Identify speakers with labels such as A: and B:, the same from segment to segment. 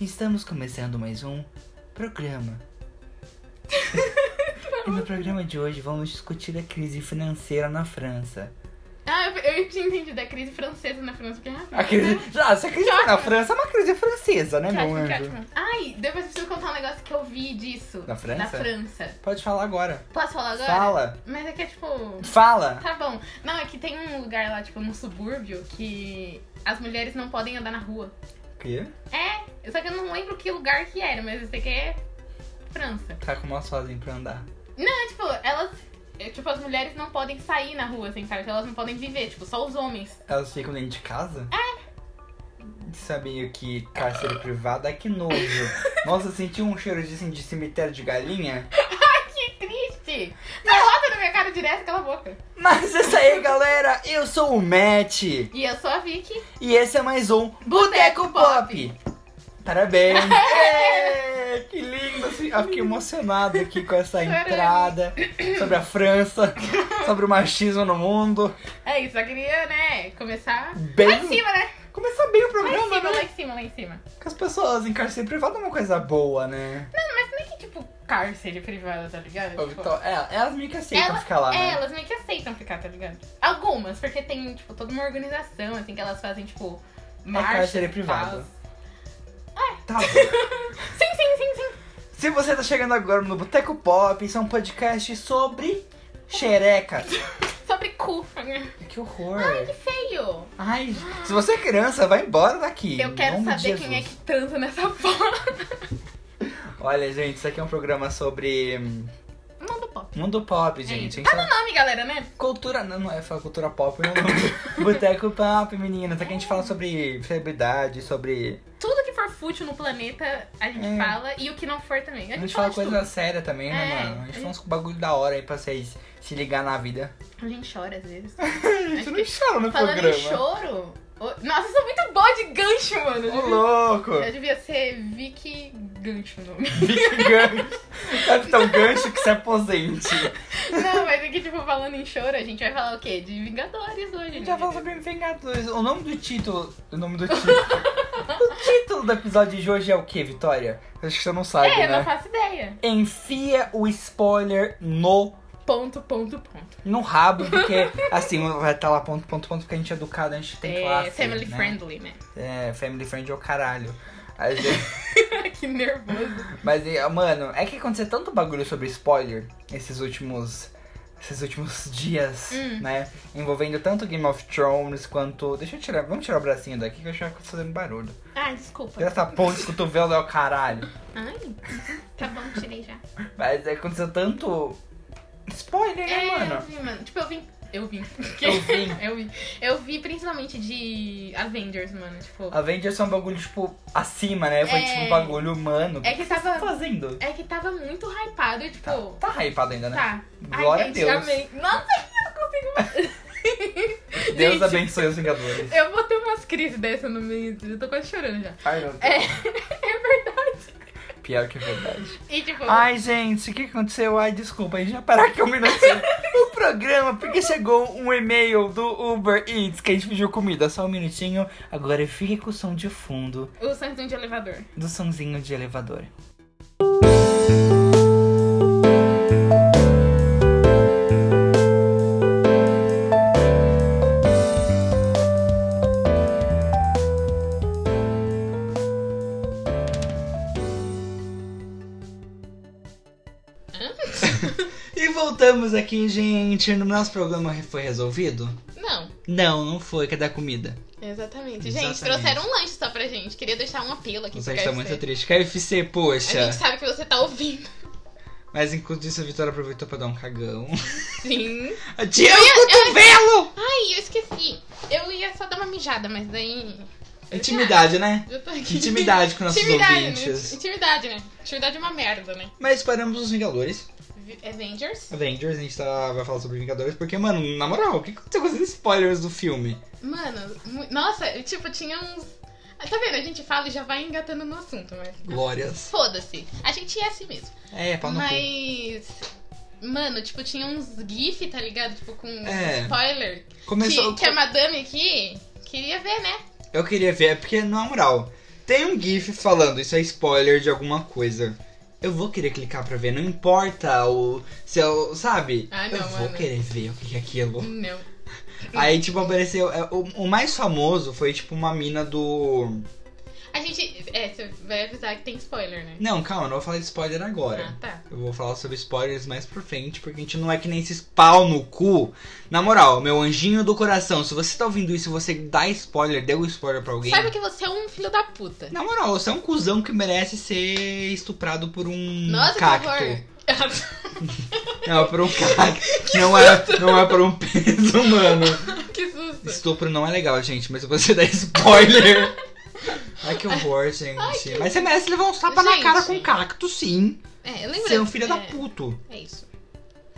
A: Estamos começando mais um programa. e no programa de hoje vamos discutir a crise financeira na França.
B: Ah, eu, eu tinha entendido da crise francesa na França, porque ah,
A: A crise. Ah, se a crise
B: Choca.
A: na França é uma crise francesa, né, meu
B: Tchau, tchau,
A: anjo?
B: tchau. Ai, depois eu preciso contar um negócio que eu vi disso.
A: Da França?
B: Da França.
A: Pode falar agora.
B: Posso falar agora?
A: Fala!
B: Mas é que é tipo.
A: Fala!
B: Tá bom. Não, é que tem um lugar lá, tipo, no subúrbio, que as mulheres não podem andar na rua.
A: O quê?
B: É, só que eu não lembro que lugar que era, mas eu sei que é França.
A: Tá com elas fazem pra andar.
B: Não, é tipo, elas. é, Tipo, as mulheres não podem sair na rua, assim, sabe? Elas não podem viver, tipo, só os homens.
A: Elas ficam dentro de casa? É! Sabia que cárcere privado é que nojo. Nossa, eu senti um cheiro de, assim, de cemitério de galinha.
B: Que triste! Não, bota tá na minha cara direto, cala a boca.
A: Mas é isso aí, galera! Eu sou o Matt e
B: E eu sou a Vicky.
A: esse é mais um Boteco Pop! Parabéns!
B: É.
A: Ê, que lindo! assim, Eu fiquei emocionado aqui com essa
B: Choramos.
A: entrada sobre a França, sobre o machismo no mundo.
B: É isso, só queria, né, começar lá em
A: Bem,
B: cima, né?
A: começar bem o
B: Lá em
A: programa,
B: cima,
A: né?
B: lá em cima, lá em cima.
A: Porque as pessoas em cárcere privado é uma coisa boa, né?
B: Mas não é que, tipo, cárcere privado, tá ligado?
A: Ô,
B: Tipo,
A: Então, é, elas meio que aceitam
B: Ela-
A: ficar lá,
B: é,
A: né?
B: elas meio que aceitam ficar, tá ligado? Algumas, porque tem, tipo, toda uma organização, assim, que elas fazem, tipo, marcha.
A: É cárcere privado. Tá bom.
B: Sim, sim, sim, sim.
A: Se você tá chegando agora no Boteco Pop, isso é um podcast sobre xereca.
B: Sobre cu.
A: Que horror.
B: Feio.
A: Ai, se você é criança, vai embora daqui.
B: Eu
A: em
B: quero
A: nome
B: saber
A: de
B: quem é
A: Jesus.
B: que transa nessa porra.
A: Olha, gente, isso aqui é um programa sobre hum,
B: Manda o pop.
A: mundo pop,
B: É
A: gente.
B: isso.
A: A gente
B: Tá
A: tá-
B: no nome, galera, né?
A: Cultura, não, não é falar cultura pop, não. Boteco Pop, meninas. Aqui a gente fala sobre celebridade, sobre...
B: Tudo que for fútil no planeta, a gente
A: É.
B: fala. E o que não for também.
A: A gente
B: fala
A: fala
B: de
A: coisa séria também, né, mano? A
B: É, a
A: gente
B: gente-
A: fala uns bagulho da hora aí pra vocês se ligar na vida.
B: tudo. A gente chora às vezes.
A: A gente
B: Acho
A: não
B: que-
A: chora no
B: Falando
A: programa.
B: em choro. ô- Nossa, eu sou muito boa de gancho, mano. Eu
A: Ô,
B: devia-
A: louco!
B: Eu devia ser Vicky Gancho o nome.
A: Big Gancho. Capitão Gancho que se aposente.
B: Não, mas aqui, tipo, falando em choro, a gente vai falar o quê? De Vingadores hoje.
A: A gente
B: né?
A: vai falar sobre Vingadores. O nome do título. O nome do título. o título do episódio de hoje é o que, Vitória? Acho que você não sabe,
B: É, eu não
A: né?
B: faço ideia.
A: Enfia o spoiler no.
B: Ponto, ponto, ponto.
A: No rabo, porque assim, vai estar lá ponto, ponto, ponto, porque a gente é educado, a gente tem
B: é
A: classe.
B: family
A: né?
B: friendly, né?
A: É, family friend é o caralho. A gente-
B: que nervoso.
A: Mas, eh, mano, é que aconteceu tanto bagulho sobre spoiler esses últimos. Esses últimos dias,
B: Hum.
A: né? Envolvendo tanto Game of Thrones quanto. Deixa eu tirar. Vamos tirar o bracinho daqui que eu já tô fazendo barulho.
B: Ai, Ah, desculpa.
A: Tira essa ponte de cotovelo é o caralho.
B: Ai, tá bom, tirei já.
A: Mas eh, aconteceu tanto. Spoiler, né,
B: É, eu
A: mano?
B: vi, mano. Tipo, eu vim. Eu vim.
A: Eu vi.
B: eu vi. Eu vi principalmente de Avengers, mano. Tipo.
A: Avengers é um bagulho, tipo, acima, né? Foi
B: É.
A: tipo um bagulho humano. O
B: É
A: que
B: que
A: tá
B: tava.
A: fazendo?
B: É que tava muito hypado, tipo.
A: Tá, tá hypado ainda, né?
B: Tá.
A: Glória a
B: Ai, gente,
A: Deus.
B: Amei. Nossa,
A: Deus
B: Gente.
A: abençoe os Vingadores.
B: eu vou ter umas crises dessa no meio. Eu tô quase chorando já.
A: Ai, meu Deus.
B: É, é verdade.
A: Pior que é verdade.
B: E tipo,
A: Ai, gente, o que aconteceu? Ai, desculpa, aí já parar aqui um minutinho o programa, porque chegou um e-mail do Uber Eats que a gente pediu comida. Só um minutinho. Agora fique com o som de fundo
B: o Samsung de elevador.
A: do somzinho de elevador. E voltamos aqui, gente. No nosso programa foi resolvido?
B: Não,
A: Não, não foi. Cadê a comida?
B: exatamente.
A: Exatamente.
B: Gente, trouxeram um lanche só pra gente. Queria deixar um apelo aqui
A: Você
B: pro
A: está
B: KFC.
A: muito é. triste. KFC,
B: A
A: poxa.
B: gente sabe que você tá ouvindo.
A: Mas enquanto isso, a Vitória aproveitou pra dar um cagão.
B: Sim.
A: Tira
B: um
A: o cotovelo!
B: Ai, eu esqueci. Eu ia só dar uma mijada, mas daí. "Ah,
A: Intimidade, né?
B: Eu tô aqui.
A: Intimidade com nossos
B: Intimidade,
A: ouvintes.
B: né? Intimidade, né? Intimidade é uma merda, né?
A: Mas paramos os Vingadores.
B: Vi- Avengers?
A: Avengers, a gente tá, vai falar sobre Vingadores, porque, mano, na moral, o que aconteceu com esses spoilers do filme?
B: Mano, mu- nossa, eu, tipo, tinha uns. Ah, Tá vendo? A gente fala e já vai engatando no assunto, mas.
A: Glórias.
B: Foda-se. A gente é assim mesmo.
A: É, pau no cu.
B: Mas. Mano, tipo, tinha uns GIF, tá ligado? Tipo, com
A: É.
B: spoiler.
A: Começou.
B: Que, que a madame aqui queria ver, né?
A: Eu queria ver, é porque, na moral, Tem um GIF falando, isso é spoiler de alguma coisa. Eu vou querer clicar pra ver, não importa o. Se eu, sabe?
B: Ah,
A: eu
B: não,
A: vou
B: mano.
A: querer ver o que é aquilo.
B: Não.
A: Aí, tipo, apareceu. é, O, o mais famoso foi, tipo, uma mina do.
B: A gente. É, você vai avisar que tem spoiler, né?
A: Não, calma, eu não vou falar de spoiler agora.
B: Ah, tá.
A: Eu vou falar sobre spoilers mais pra frente, porque a gente não é que nem esses pau no cu. Na moral, meu anjinho do coração, se você tá ouvindo isso e você dá spoiler, deu spoiler pra alguém.
B: Sabe que você é um filho da puta.
A: Na moral, você é um cuzão que merece ser estuprado por um
B: Nossa,
A: cacto.
B: que horror. Ah,
A: Não, é por um cacto. não, é, não é por um peso humano.
B: tá, que susto.
A: Estupro não é legal, gente, mas se você dá spoiler. Ai que horror, gente. Mas você merece levar uns tapas na
B: Gente.
A: cara com cacto, sim.
B: É, eu lembro.
A: Você é um filho da
B: é,
A: puto.
B: É isso.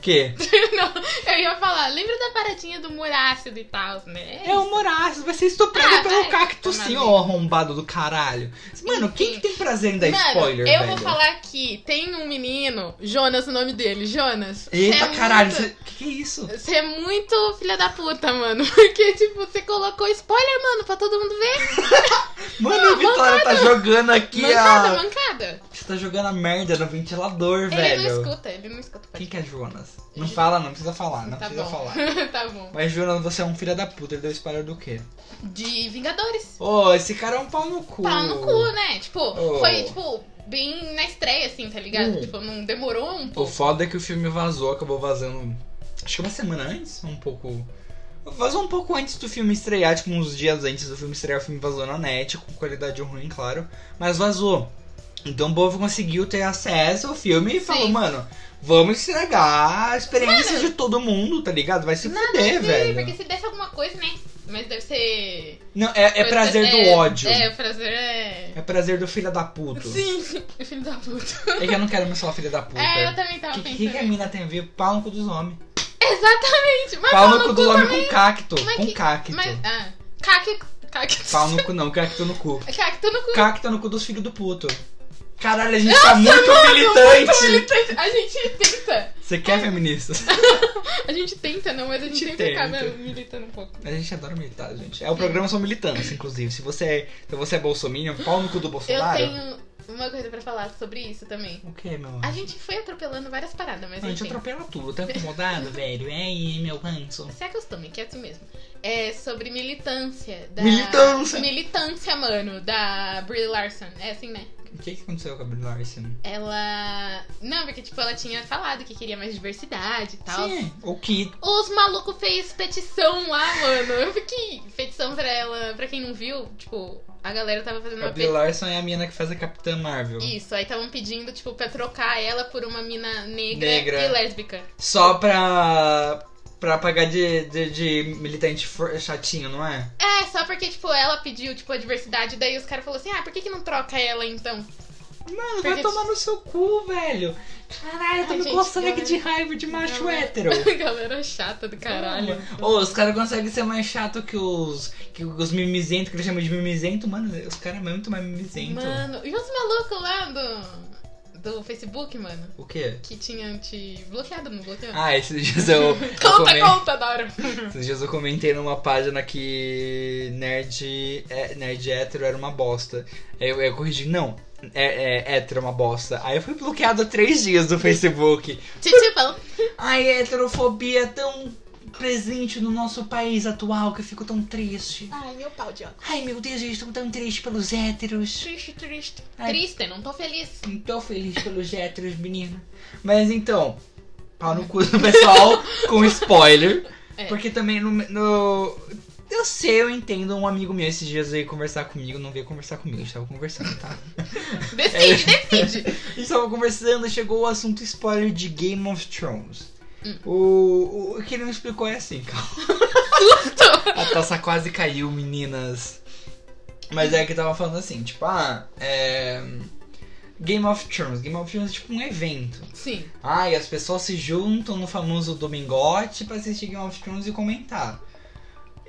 A: Quê?
B: não, eu ia falar, lembra da paradinha do murácido e tal, né?
A: É o Moraes, vai ser estuprado
B: Ah,
A: pelo
B: vai
A: cacto
B: tomar
A: sim,
B: no
A: ó, arrombado do caralho. Mano, quem que tem prazer em dar
B: Mano,
A: spoiler,
B: eu
A: velho?
B: vou falar que tem um menino, Jonas, o nome dele, Jonas.
A: Eita,
B: você é
A: caralho,
B: muito-
A: você- que que é isso?
B: Você é muito filha da puta, mano. Porque, tipo, você colocou spoiler, mano, pra todo mundo ver.
A: Mano, a Vitória tá jogando aqui
B: mancada,
A: a...
B: mancada.
A: Você tá jogando a merda no ventilador,
B: tá Ele
A: velho.
B: não escuta, ele não escuta.
A: Quem que é Jonas? Não fala, não precisa falar, não
B: tá
A: precisa
B: bom.
A: falar.
B: tá bom.
A: Mas Jonas, você é um filho da puta, ele deu spoiler do quê?
B: De Vingadores.
A: Ô, esse cara é um pau no cu.
B: Pau no cu, né? Tipo,
A: Oh.
B: foi, tipo, bem na estreia, assim, tá ligado?
A: Hum.
B: Tipo, não demorou um
A: O
B: pouco.
A: foda é que o filme vazou, acabou vazando. Acho que uma semana antes, um pouco. Vazou um pouco antes do filme estrear, tipo, uns dias antes do filme estrear, o filme vazou na net, com qualidade ruim, claro. Mas vazou. Então o povo conseguiu ter acesso ao filme e falou,
B: Sim.
A: mano, vamos estragar a experiência de todo mundo, tá ligado? Vai se fuder,
B: Sim,
A: velho.
B: Porque se desse alguma coisa, né? Mas deve ser.
A: Não, é, é
B: coisa-
A: prazer do
B: é-
A: ódio. É...
B: É, o prazer é.
A: prazer do filho da puta.
B: Sim, filho da puta.
A: É que eu não quero mais falar filho da puta.
B: É, eu também tava
A: que,
B: pensando.
A: que, que a mina tem a ver? Pau no cu dos homens.
B: Exatamente, mas
A: Pau
B: pau
A: no cu do homem com cacto.
B: Mas
A: Com
B: é que-
A: cacto.
B: Mas, ah, cacto. Cacto.
A: Pau no cu não, cacto no cu.
B: Cacto no cu.
A: Cacto no cu dos filhos do puto. Caralho, a gente tá muito militante.
B: Militante. A gente tenta.
A: Você quer feminista?
B: A gente tenta, não, mas a gente
A: A gente
B: sempre acaba
A: tenta.
B: militando um pouco.
A: A gente adora militar, gente. É o programa Sou Militância, inclusive. Se você é, se você é bolsominion, pau no cu do Bolsonaro.
B: Eu tenho uma coisa pra falar sobre isso também.
A: O que, meu
B: A
A: amor?
B: gente foi atropelando várias paradas, mas
A: A gente
B: enfim.
A: atropela tudo. Tá incomodado, velho? É aí, meu ranço.
B: Se acostume, que é assim mesmo. É sobre militância. Da...
A: Militância!
B: Militância, mano, da Brie Larson. É assim, né?
A: O que, que aconteceu com a Brie Larson?
B: Ela. Não, porque, tipo, ela tinha falado que queria mais diversidade e tal.
A: Sim, o que?
B: Os malucos fez petição lá, mano. Eu fiquei. Petição pra ela, pra quem não viu, tipo, a galera tava fazendo
A: A
B: uma
A: Brie
B: petição.
A: Larson é a mina que faz a Capitã Marvel.
B: Isso, aí estavam pedindo, tipo, pra trocar ela por uma mina negra,
A: Negra.
B: e lésbica.
A: Só pra. pra pagar de, de, de militante for- chatinho, não é?
B: É, só porque, tipo, ela pediu, tipo, a diversidade, daí os caras falaram assim, ah, por que, que não troca ela então?
A: Mano, vai
B: Porque-
A: tomar no seu cu, velho. Caralho, eu tô
B: Ai,
A: me
B: gente,
A: coçando aqui
B: galera.
A: de raiva de macho
B: Galera.
A: hétero.
B: Então, Galera chata do caralho.
A: Ô, os caras conseguem ser mais chato que os. que os mimizentos, que eles chamam de mimizento, mano. Os caras é muito mais mimizento.
B: Mano, e os malucos lá do, do Facebook, mano?
A: O quê?
B: Que tinham te bloqueado, não bloqueou?
A: Ah, esses dias eu. eu
B: conta,
A: comen-
B: conta, da hora.
A: Esses dias eu comentei numa página que nerd, é, nerd hétero era uma bosta. Aí Eu, eu corrigi, não, é, é hétero é uma bosta. Aí eu fui bloqueado há três dias do Facebook.
B: Titibão.
A: Ai, a heterofobia é tão presente no nosso país atual que eu fico tão triste.
B: Ai, meu pau de óculos.
A: Ai, meu Deus, eu estou tão triste pelos héteros.
B: Triste, triste.
A: Ai.
B: Triste, não tô feliz.
A: Tô feliz pelos héteros, menina. Mas então, pau no cu do pessoal com spoiler.
B: É.
A: Porque também no, no- Eu sei, eu entendo. Um amigo meu esses dias veio conversar comigo, não veio conversar comigo, a gente tava conversando, tá?
B: Decide, decide.
A: A gente tava conversando, chegou o assunto spoiler de Game of Thrones.
B: Hum.
A: O, o, o que ele me explicou é assim, calma.
B: Susto.
A: A taça quase caiu, meninas. Mas é que tava falando assim, tipo, ah, é. Game of Thrones. Game of Thrones é tipo um evento.
B: Sim.
A: Ah, e as pessoas se juntam no famoso domingote pra assistir Game of Thrones e comentar.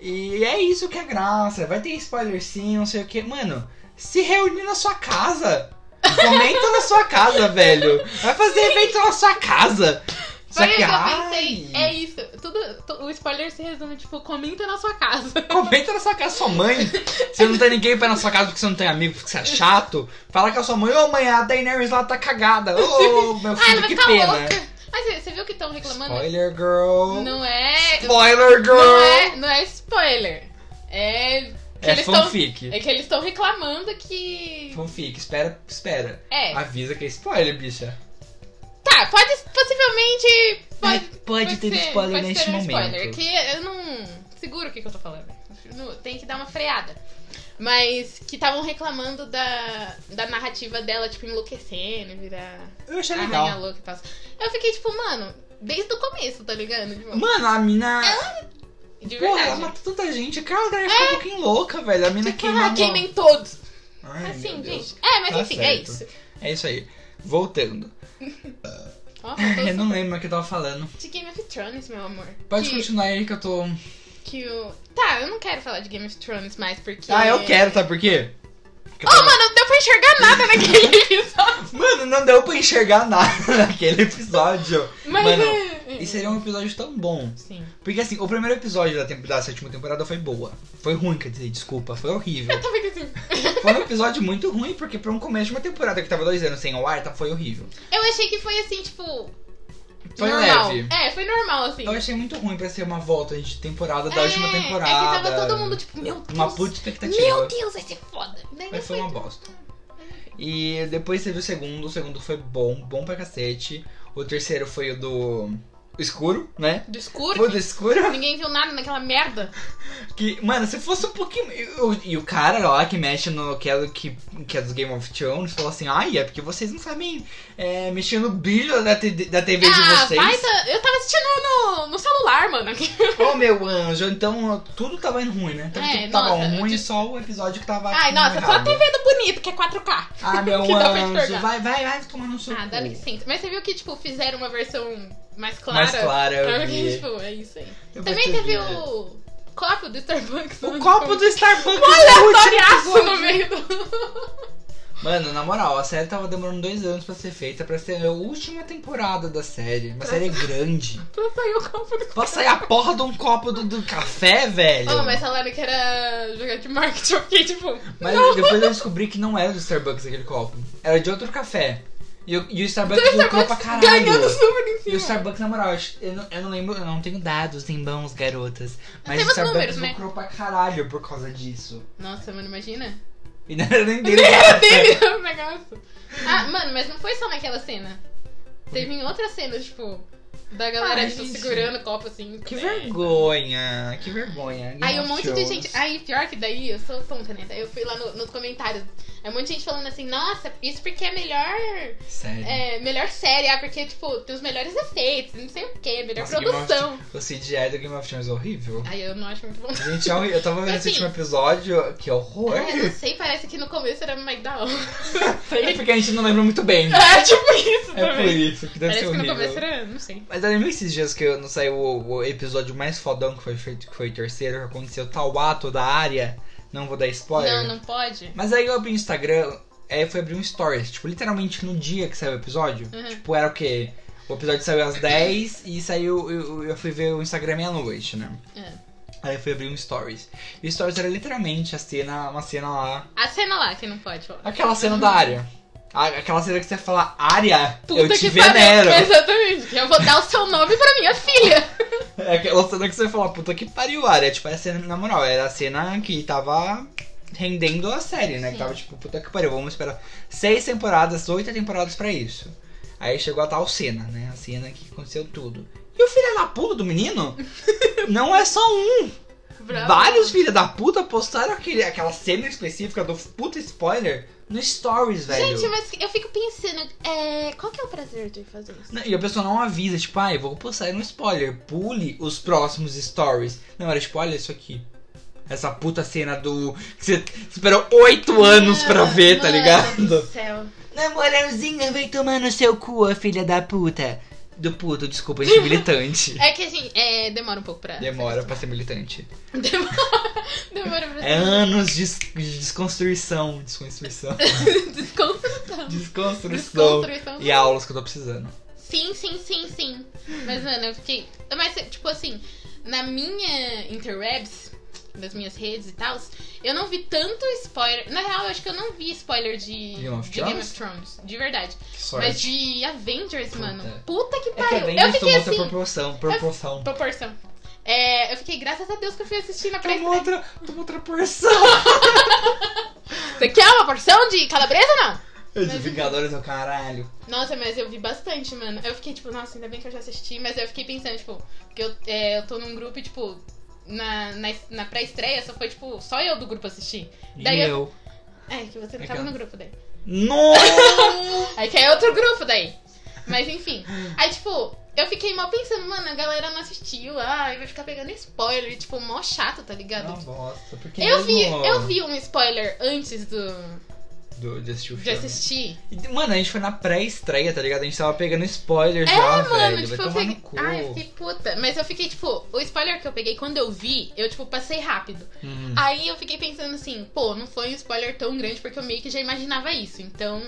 A: E é isso que é graça. Vai ter spoiler sim, não sei o que. Mano, se reunir na sua casa. Comenta na sua casa, velho. Vai fazer evento na sua casa. Só
B: Só que
A: que,
B: eu já
A: ai,
B: pensei, é isso. Tudo, to- o spoiler se resume, tipo, comenta na sua casa.
A: Comenta na sua casa, sua mãe. Você não tem ninguém pra ir na sua casa porque você não tem amigo, porque você é chato. Fala com a sua mãe, ô mãe, a Daenerys lá tá cagada. Ô, meu
B: Ah, ela
A: filho,
B: vai
A: que
B: ficar
A: pena.
B: louca. Mas você- você viu que estão reclamando?
A: Spoiler girl.
B: Não é.
A: Spoiler girl.
B: Não é, não é spoiler. É. Que
A: É
B: eles tão-
A: fanfic.
B: É que eles estão reclamando que.
A: Fanfic, espera, espera.
B: É.
A: Avisa que é spoiler, bicha.
B: Tá, pode. Possivelmente. Pode,
A: Pode, ter
B: ser-
A: spoiler
B: pode
A: neste
B: ter um
A: momento.
B: spoiler, que eu não seguro o que, que eu tô falando. Não- Tem que dar uma freada. Mas que estavam reclamando da, da narrativa dela, tipo, enlouquecendo, virar
A: Eu achei
B: a
A: legal.
B: rainha louca e tal. Eu fiquei tipo, mano, desde o começo, tá ligado? Tipo,
A: Mano, a mina.
B: De
A: Porra, ela
B: é verdade. É.
A: matou tanta gente. Cara, daí ficou um pouquinho louca, velho. A mina
B: Tipo,
A: queimou.
B: ah, queimem todos.
A: Ai, meu
B: assim,
A: Deus.
B: gente. É, mas
A: Tá
B: enfim, é
A: certo.
B: isso.
A: É isso aí. Voltando.
B: Ó,
A: Eu
B: tô
A: não lembro o que eu tava falando.
B: de Game of Thrones, meu amor.
A: Pode
B: que,
A: continuar aí que eu tô.
B: que o... Tá, eu não quero falar de Game of Thrones mais, porque...
A: Ah, eu quero, sabe por quê? Porque eu
B: Oh,
A: tava-
B: mano, não deu pra enxergar nada naquele episódio.
A: Mano, não deu pra enxergar nada naquele episódio.
B: Mas...
A: Mano,
B: é-
A: E seria um episódio tão bom.
B: Sim.
A: Porque assim, o primeiro episódio da, tempo- da sétima temporada foi boa. Foi ruim, quer dizer, desculpa, foi horrível.
B: Eu tava assim...
A: Foi um episódio muito ruim, porque pra um começo de uma temporada que tava dois anos sem ao ar, tá, foi horrível.
B: Eu achei que foi assim, tipo...
A: Foi
B: normal.
A: leve.
B: É, foi normal, assim.
A: Eu achei muito ruim pra ser uma volta de temporada da
B: é,
A: última temporada.
B: É que tava todo mundo tipo, meu Deus.
A: Uma puta expectativa.
B: Meu Deus, vai ser foda. Daí não
A: Mas foi uma bosta. E depois teve o segundo, o segundo foi bom, bom pra cacete. O terceiro foi o do escuro, né?
B: Do escuro.
A: Foi o do escuro.
B: Ninguém viu nada naquela merda.
A: Que, mano, se fosse um pouquinho. eu- E o cara lá que mexe no. que é, do, que, que é dos Game of Thrones falou assim: ai, é porque vocês não sabem é, mexer no brilho da, te- da TV de
B: ah,
A: vocês. Tá
B: vai. tá- Eu tava assistindo no, no celular, mano.
A: Ô meu anjo, então tudo tava indo ruim, né? Tava,
B: É,
A: tudo tava
B: nossa,
A: ruim,
B: eu te-
A: só o episódio que tava.
B: Ai,
A: com
B: nossa, só a
A: errado.
B: TV do bonito, que é 4K.
A: Ah, meu
B: que dá pra
A: anjo,
B: enxergar.
A: vai, vai, vai tomar no seu.
B: Ah, dá
A: cu.
B: licença. Mas você viu que, tipo, fizeram uma versão mais clara?
A: Mais clara, eu
B: Pra que,
A: vi.
B: tipo, é isso aí.
A: Eu
B: Também
A: percebi,
B: teve
A: né?
B: o copo do Starbucks. né?
A: O copo do Starbucks.
B: Toriaço no meio do...
A: Mano, na moral, a série tava demorando dois anos pra ser feita, pra ser a última temporada da série. Uma série grande.
B: pra sair o copo do...
A: Pra sair a porra de um copo do, do café, velho.
B: Oh, mas falaram que era jogar de marketing, eu fiquei, tipo...
A: Mas depois eu descobri que não era do Starbucks aquele copo. Era de outro café. E, o- e o Starbucks lucrou tipo, pra
B: Então Starbucks
A: caralho.
B: tá ganhando super em
A: E o
B: cima.
A: Starbucks, na moral, eu acho- eu não, eu não lembro, eu não tenho dados em mãos, garotas. Mas
B: temos
A: o Starbucks
B: números, né?
A: lucrou pra caralho por causa disso.
B: Nossa, mano, imagina.
A: E não era nem dele.
B: Teve o um negócio. Ah, mano, mas não foi só naquela cena. Teve em outras cenas, tipo... Da galera,
A: Ai,
B: tipo,
A: gente.
B: segurando o copo, assim.
A: Que
B: também.
A: vergonha, que vergonha. Game
B: Aí um
A: of
B: monte de
A: Thrones.
B: gente. Aí, pior que daí, eu sou tonta, né? Daí eu fui lá no- nos comentários. Aí um monte de gente falando assim, nossa, isso porque é melhor.
A: Sério.
B: É, melhor série, ah, porque, tipo, tem os melhores efeitos, não sei o quê, melhor
A: Nossa,
B: produção.
A: O CGI do Game of Thrones é horrível.
B: Aí eu não acho muito bom.
A: Gente, é horrível. eu tava vendo esse
B: Assim.
A: último episódio, que horror.
B: Ah, eu não sei, parece que no começo era mais da hora.
A: É porque a gente não lembra muito bem. né?
B: É tipo isso
A: É por
B: também.
A: isso que deve
B: parece
A: ser
B: que no
A: horrível.
B: começo era. Não sei.
A: Mas eu lembro esses dias que eu- não saiu o, o episódio mais fodão que foi feito, que foi o terceiro, que aconteceu tal ato da área. Não vou dar spoiler.
B: Não, não pode.
A: Mas aí eu abri o Instagram, aí foi abrir um stories, tipo, literalmente no dia que saiu o episódio.
B: Uhum.
A: Tipo, era o quê? O episódio saiu às 10 e saiu. Eu, eu fui ver o Instagram meia-noite, né?
B: É.
A: Aí eu fui abrir um stories. E o stories era literalmente a cena, uma cena lá.
B: A cena lá que não pode, ó.
A: Aquela cena da área. A- Aquela cena que você fala, área,
B: Puta
A: eu te
B: que pariu.
A: venero.
B: Exatamente. Eu vou dar o seu nome pra minha filha.
A: É aquela cena que você fala, puta que pariu, área. Tipo, era a cena, na moral, era a cena que tava rendendo a série, né? Que
B: Sim.
A: tava tipo, puta que pariu, vamos esperar seis temporadas, oito temporadas pra isso. Aí chegou a tal cena, né? A cena que aconteceu tudo. E o filho da puta do menino? não é só um.
B: Bravo.
A: Vários filhos da puta postaram aquele, aquela cena específica do puta spoiler no stories, velho.
B: Gente, mas eu fico pensando, é, qual que é o prazer de fazer isso?
A: Não, E a pessoa não avisa, tipo, ah, eu vou postar aí um spoiler, pule os próximos stories. Não, era tipo, olha isso aqui. Essa puta cena do. que você esperou oito anos pra ver, tá
B: Mano
A: ligado?
B: do céu.
A: Na moralzinha, vai tomar no seu cu, a filha da puta. Do puto, desculpa, gente, militante.
B: É que a gente é, demora um pouco pra.
A: Demora pra ser militante.
B: Demora, demora pra
A: É anos de des- de desconstrução. Desconstrução.
B: Desconstrução.
A: Desconstrução.
B: Desconstrução.
A: E aulas que eu tô precisando.
B: Sim, sim, sim, sim. Mas, mano, eu fiquei. Mas, tipo assim, na minha interwebs, das minhas redes e tal, eu não vi tanto spoiler. Na real, eu acho que eu não vi spoiler de
A: Game of
B: de Game
A: Thrones?
B: of Thrones, de verdade.
A: Que
B: Mas
A: sorte.
B: de Avengers,
A: Puta.
B: mano. Puta que
A: É que
B: pariu.
A: bem
B: eu
A: isso tomou
B: fiquei
A: outra
B: assim.
A: proporção. Proporção.
B: Proporção. É, eu fiquei, graças a Deus que eu fui assistir na pré
A: Tomou outra, tomou outra porção.
B: Você quer uma porção de calabresa ou não?
A: Os Vingadores é o caralho.
B: Nossa, mas eu vi bastante, mano. Eu fiquei, tipo, nossa, ainda bem que eu já assisti, mas eu fiquei pensando, tipo, que eu, é, eu tô num grupo, e, tipo, na, na, na pré-estreia só foi, tipo, só eu do grupo assistir. Daí
A: e
B: eu-
A: eu.
B: É, que você não
A: É
B: tava
A: que eu-
B: no grupo daí.
A: Nossa!
B: Aí que é outro grupo daí. Mas enfim. Aí, tipo, eu fiquei mal pensando, mano, a galera não assistiu, ai, vai ficar pegando spoiler, e, tipo, mó chato, tá ligado?
A: Não, bosta. Porque
B: eu vi,
A: mesmo, ó,
B: eu vi um spoiler antes do,
A: Do, de assistir o
B: de
A: filme.
B: assistir.
A: E, Mano, a gente foi na pré-estreia, tá ligado? A gente tava pegando spoiler
B: É,
A: já,
B: mano,
A: velho.
B: tipo,
A: Vai
B: eu
A: tomar
B: fiquei.
A: no cu.
B: Ai, eu fiquei puta. Mas eu fiquei, tipo, o spoiler que eu peguei quando eu vi, eu, tipo, passei rápido.
A: Hum.
B: Aí eu fiquei pensando assim, pô, não foi um spoiler tão grande porque eu meio que já imaginava isso. Então.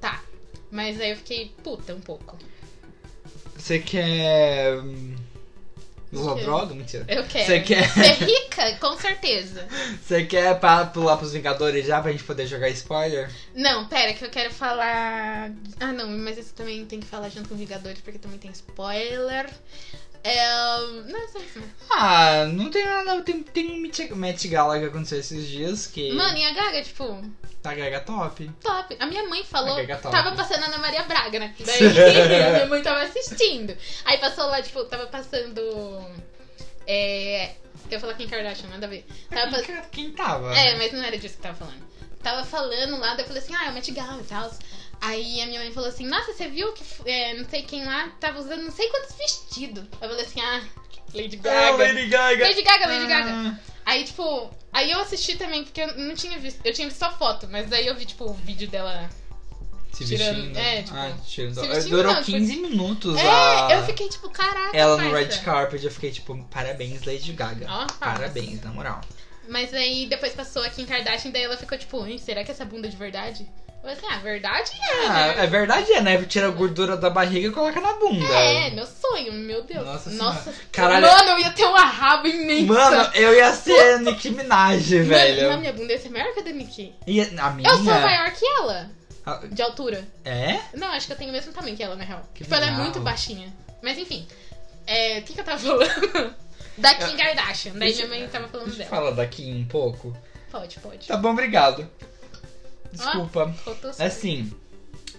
B: Tá. Mas aí eu fiquei puta um pouco.
A: Você quer. hum, Usar
B: Ah. quê?
A: droga? Mentira.
B: Eu quero.
A: Você quer.
B: Ser rica? Com certeza.
A: Você quer pra pular pros Vingadores já pra gente poder jogar spoiler?
B: Não, pera, que eu quero falar. Ah, não, mas isso também tem que falar junto com Vingadores porque também tem spoiler. É... Não, é só isso mesmo.
A: Ah, não tem nada. Tem, tem um Met- Met Gala que aconteceu esses dias que.
B: Mano, e a Gaga, tipo.
A: Tá gaga top.
B: Top. A minha mãe falou.
A: A Gaga top.
B: Tava passando a Ana Maria Braga, né? Daí a minha mãe tava assistindo. Aí passou lá, tipo, tava passando. É. Eu ia falar Kim Kardashian, nada a ver. Tava pass-
A: Quem, quem tava?
B: É, mas não era disso que tava falando. Tava falando lá, daí eu falei assim, ah, é o Met Gala e tal. Aí a minha mãe falou assim, nossa, você viu que é, não sei quem lá tava usando não sei quantos vestidos. Eu falei assim, ah, Lady
A: Ah,
B: Gaga.
A: Lady Gaga.
B: Lady Gaga, Lady Gaga.
A: Ah,
B: Aí, tipo, aí eu assisti também, porque eu não tinha visto. Eu tinha visto só foto, mas daí eu vi, tipo, o vídeo dela.
A: Se
B: Tirando-
A: vestindo.
B: é, tipo,
A: ah, tirando.
B: se vestindo
A: Durou
B: não, tipo-
A: 15 minutos a...
B: É, eu fiquei, tipo, caraca.
A: ela no
B: parça.
A: red carpet. Eu fiquei tipo, parabéns, Lady Gaga.
B: Ó, fala.
A: Parabéns, na moral.
B: Mas aí depois passou aqui em Kardashian, daí ela ficou, tipo, "Hein, será que essa bunda é de verdade? Eu falei assim, ah, verdade é,
A: Ah,
B: né?
A: é verdade, é, né? Tira a gordura da barriga e coloca na bunda.
B: É, meu sonho, meu Deus.
A: Nossa
B: Nossa
A: Caralho.
B: Mano, eu ia ter um uma raba imensa.
A: Mano, eu ia ser a Nicki Minaj,
B: Mano,
A: velho.
B: não, minha bunda ia ser maior que a da Nikki.
A: E a minha?
B: Eu sou maior que ela,
A: Ah,
B: de altura.
A: É?
B: Não, acho que eu tenho o mesmo tamanho que ela, na real.
A: Que
B: tipo, ela é
A: legal.
B: muito baixinha. Mas enfim, é, o que, que eu tava falando? da Kim Kardashian. Daí
A: Deixa-
B: minha mãe tava falando
A: Deixa eu
B: dela.
A: falar daqui um pouco.
B: Pode, pode.
A: Tá bom, obrigado. Desculpa.
B: Contou só.
A: Assim,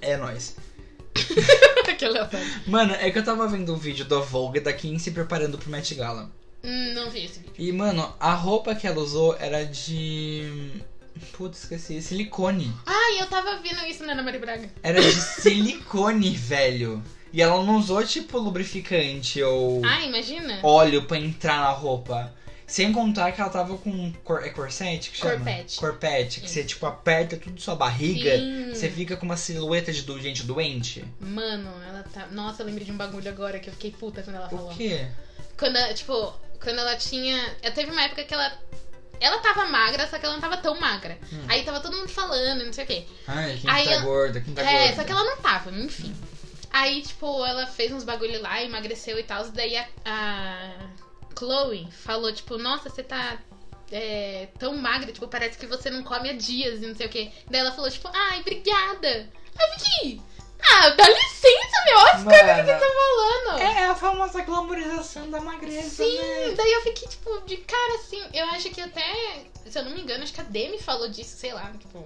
A: é nóis.
B: Aquela parte.
A: Mano, é que eu tava vendo um vídeo da Vogue da Kim se preparando pro Met Gala.
B: Hum, Não vi esse vídeo.
A: E, mano, a roupa que ela usou era de. Putz, esqueci. Silicone.
B: Ai, eu tava vendo isso na Ana Maria Braga.
A: Era de silicone, velho. E ela não usou, tipo, lubrificante ou
B: Ai, Ah, imagina.
A: óleo pra entrar na roupa. Sem contar que ela tava com. um Cor... É corset que chama?
B: Corpete.
A: Corpete, que
B: Isso.
A: você, tipo, aperta tudo sua barriga.
B: Sim.
A: Você fica com uma silhueta de do- gente doente.
B: Mano, ela tá. Nossa, eu lembrei de um bagulho agora que eu fiquei puta quando ela falou.
A: O quê?
B: Quando, ela, tipo, quando ela tinha. Eu teve uma época que ela. Ela tava magra, só que ela não tava tão magra.
A: Hum.
B: Aí tava todo mundo falando, não sei o quê.
A: Ai, quem
B: Aí
A: tá
B: ela-
A: gorda, quem tá
B: é,
A: gorda.
B: só que ela não tava, enfim. Aí, tipo, ela fez uns bagulho lá, emagreceu e tal. Daí a, a Chloe falou, tipo, nossa, você tá é, tão magra, tipo, parece que você não come há dias e não sei o quê. Daí ela falou, tipo, ai, obrigada. Aí eu fiquei, ah, dá licença, meu, olha
A: Mano,
B: o que você tá falando.
A: É a famosa glamorização da magreza,
B: Sim,
A: né?
B: daí eu fiquei, tipo, de cara assim. Eu acho que até, se eu não me engano, acho que a Demi falou disso, sei lá, tipo.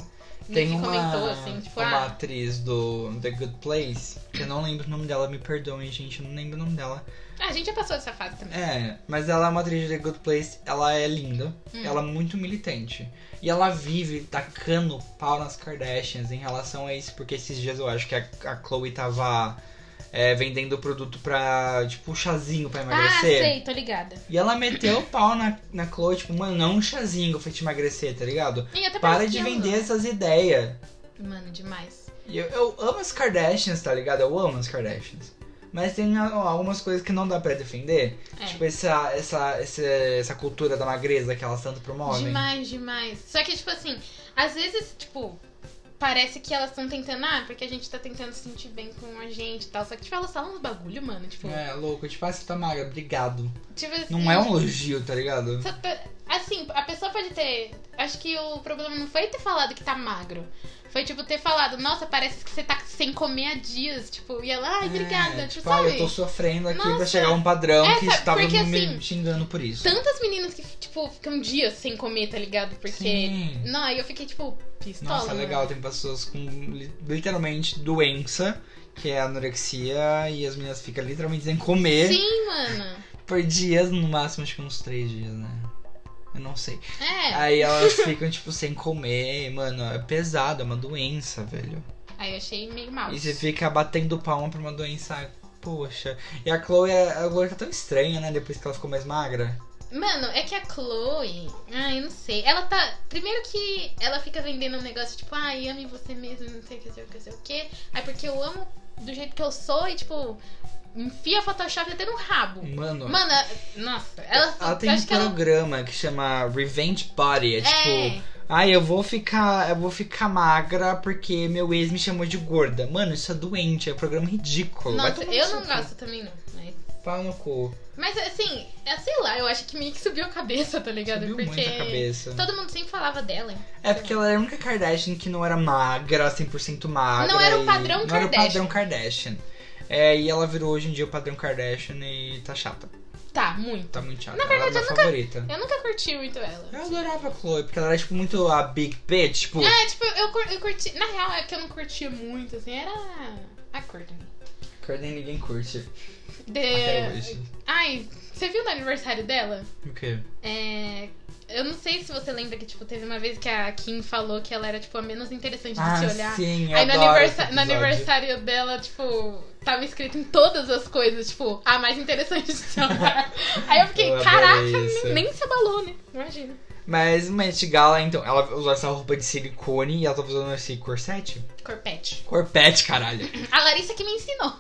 A: Tem
B: que
A: uma,
B: comentou assim, tipo,
A: uma
B: ah,
A: atriz do The Good Place, que eu não lembro o nome dela, me perdoem, gente, eu não lembro o nome dela.
B: a gente já passou dessa fase também.
A: É, mas ela é uma atriz do The Good Place, ela é linda,
B: Hum.
A: ela é muito militante. E ela vive tacando pau nas Kardashians em relação a isso, porque esses dias eu acho que a, a Chloe tava é, vendendo produto pra, tipo, chazinho pra
B: ah,
A: emagrecer.
B: sei, tô ligada.
A: E ela meteu o pau na, na Chloe, tipo, mano, não um chazinho pra te emagrecer, tá ligado?
B: E até
A: Para
B: parece
A: de
B: que eu-
A: vender essas ideias.
B: Mano, demais.
A: E Eu, eu amo as Kardashians, tá ligado? Eu amo as Kardashians. Mas tem a- algumas coisas que não dá pra defender.
B: É.
A: Tipo, essa, essa, essa, essa cultura é da magreza que elas tanto promovem.
B: demais, demais. Só que, tipo assim, às vezes, tipo. parece que elas estão tentando, ah, porque a gente tá tentando se sentir bem com a gente e tal. Só que, tipo, elas falam uns bagulho, mano. Tipo,
A: É, louco. Tipo, ah, você tá magra, obrigado.
B: tipo assim,
A: Não é um elogio, tá ligado?
B: essa pe- Assim, a pessoa pode ter. Acho que o problema não foi ter falado que tá magro. Foi, tipo, ter falado, nossa, parece que você tá sem comer há dias. Tipo, e ela, ai, obrigada.
A: É,
B: tipo,
A: tipo, ah,
B: sabe?
A: eu tô sofrendo aqui pra
B: Nossa.
A: chegar a um padrão
B: É,
A: que
B: sabe,
A: estava
B: porque,
A: me
B: assim,
A: xingando por isso.
B: Tantas meninas que, tipo, ficam dias sem comer, tá ligado? Porque.
A: Sim.
B: Não, aí eu fiquei, tipo, pistola.
A: Nossa,
B: mano.
A: legal, tem pessoas com li- literalmente doença, que é anorexia, e as meninas ficam literalmente sem comer
B: Sim, mano.
A: por dias, no máximo acho que uns três dias, né? Eu não sei.
B: É.
A: Aí elas ficam, tipo, sem comer, mano, é pesado, é uma doença, velho.
B: Aí eu achei meio mal.
A: E você fica batendo palma pra uma doença, poxa. E a Chloe, a Chloe tá tão estranha, né, depois que ela ficou mais magra.
B: Mano, é que a Chloe. Ah, eu não sei. Ela tá. Primeiro que ela fica vendendo um negócio tipo, ai, ame você mesmo, não sei o que, não sei o que, não sei o que. Aí porque eu amo do jeito que eu sou e, tipo, enfia Photoshop até no rabo.
A: Mano,
B: Mano, ela- nossa, ela.
A: ela tem
B: eu
A: um
B: acho que ela.
A: programa que chama Revenge Body, é tipo...
B: É,
A: Ai, eu vou ficar. Eu vou ficar magra porque meu ex me chamou de gorda. Mano, isso é doente, é um programa ridículo. Vai
B: nossa,
A: tomar
B: eu
A: no
B: não
A: seu
B: gosto também, não.
A: cu.
B: Mas,
A: Pau no cu.
B: mas, assim, é, sei lá, eu acho que meio que subiu a cabeça, tá ligado?
A: Subiu
B: porque.
A: muito a cabeça.
B: Todo mundo sempre falava dela.
A: É porque ela era a única Kardashian que não era magra, 100% magra.
B: Não era o
A: e-
B: padrão
A: Não era o
B: Kardashian.
A: padrão Kardashian. É, e ela virou hoje em dia o padrão Kardashian e tá chata.
B: Tá, muito.
A: Tá muito chata.
B: Na verdade,
A: ela é a
B: eu
A: minha
B: nunca-
A: favorita.
B: Eu nunca curti muito ela.
A: Eu adorava a Chloe, porque ela era tipo muito a Big Bitch, tipo.
B: É, tipo, eu, cur- eu curti. Na real, é que eu não curtia muito, assim, era a Courtney.
A: Kardashian ninguém curte. Até
B: De...
A: é hoje.
B: Ai, você viu no aniversário dela?
A: O quê?
B: É. Eu não sei se você lembra que, tipo, teve uma vez que a Kim falou que ela era, tipo, a menos interessante de se olhar.
A: Ah, sim, eu
B: Aí no,
A: adoro
B: aniversa-
A: esse episódio.
B: no aniversário dela, tipo, tava escrito em todas as coisas, tipo, a mais interessante de se olhar. Aí eu fiquei,
A: Eu adorei
B: caraca,
A: isso.
B: nem, nem se abalou, né? Imagina.
A: Mas Met Gala, então, ela usou essa roupa de silicone e ela tá usando esse corset?
B: Corpete.
A: Corpete, caralho.
B: A Larissa que me ensinou.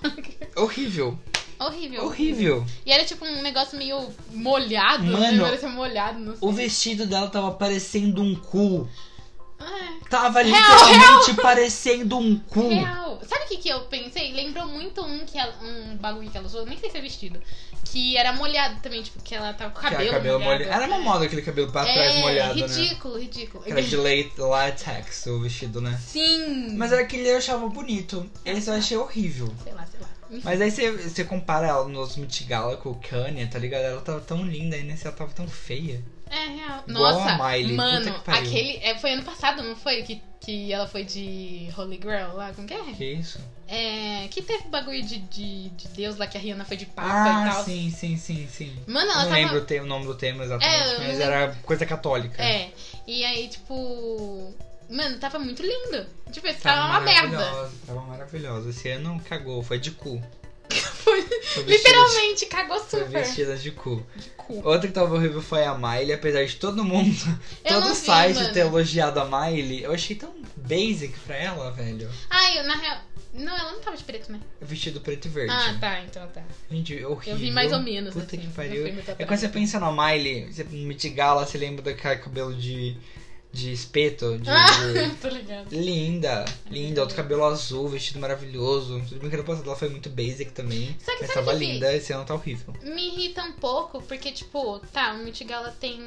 A: Horrível.
B: Horrível.
A: Horrível.
B: E era tipo um negócio meio molhado,
A: Mano,
B: né? Parecia molhado, não sei.
A: O vestido dela tava parecendo um cu.
B: Ah,
A: Tava literalmente parecendo um cu.
B: real. Sabe o que, que eu pensei? Lembrou muito um, que ela- um bagulho que ela usou, nem sei se é vestido. Que era molhado também, tipo, que ela tava com o
A: Aquele
B: cabelo,
A: cabelo
B: molhado. né?
A: molhado. Era uma moda aquele cabelo pra trás
B: é,
A: molhado, né?
B: ridículo, ridículo.
A: Que Era de late- latex o vestido, né?
B: Sim.
A: Mas é- era aquele que eu achava bonito. Esse eu achei horrível.
B: Sei lá, sei lá. Enfim.
A: Mas aí você, você compara ela nos Met Gala com o Kanye, tá ligado? Ela tava tão linda e nesse ela tava tão feia.
B: É real.
A: Igual
B: Nossa,
A: a Miley,
B: mano,
A: puta que pariu.
B: aquele. é, foi ano passado, não foi? Que, que ela foi de Holy Grail lá, como que é?
A: Que isso?
B: É, que teve bagulho de, de, de Deus lá que a Rihanna foi de papa e
A: Ah,
B: tal.
A: sim, sim, sim, sim.
B: Mano,
A: Eu
B: ela
A: não
B: tava.
A: lembro o, te- o nome do tema exatamente,
B: É, eu
A: mas
B: não
A: era coisa católica.
B: É. E aí, tipo. Mano, tava muito lindo. Tipo, esse tava,
A: Tava
B: uma merda.
A: maravilhosa, Tava maravilhosa. Esse ano cagou, foi de cu.
B: Foi-
A: Foi vestida
B: Literalmente, cagou
A: de- Foi
B: super.
A: vestida de cu.
B: De cu.
A: Outra que tava horrível foi a Miley, apesar de todo mundo,
B: Eu não
A: todo
B: vi,
A: site um-
B: mano.
A: ter elogiado a Miley, eu achei tão basic pra ela, velho.
B: Ai, eu, na real. Não, ela não tava de preto, né?
A: Vestido preto e verde.
B: Ah, tá, então tá.
A: Gente, horrível.
B: Eu vi mais ou menos.
A: Puta
B: assim,
A: que
B: não
A: pariu.
B: fui muito
A: É
B: atrás.
A: quando você pensa na Miley, você mitigala, você lembra daquele cabelo de, de espeto, de- de,
B: Ah, tô ligado.
A: Linda, linda, outro cabelo azul, vestido maravilhoso. Tudo bem que ano passado ela foi muito basic também.
B: Só que
A: mas
B: sabe
A: tava
B: que-
A: linda, esse ano tá horrível.
B: Me irrita um pouco, porque, tipo, tá, o Met Gala tem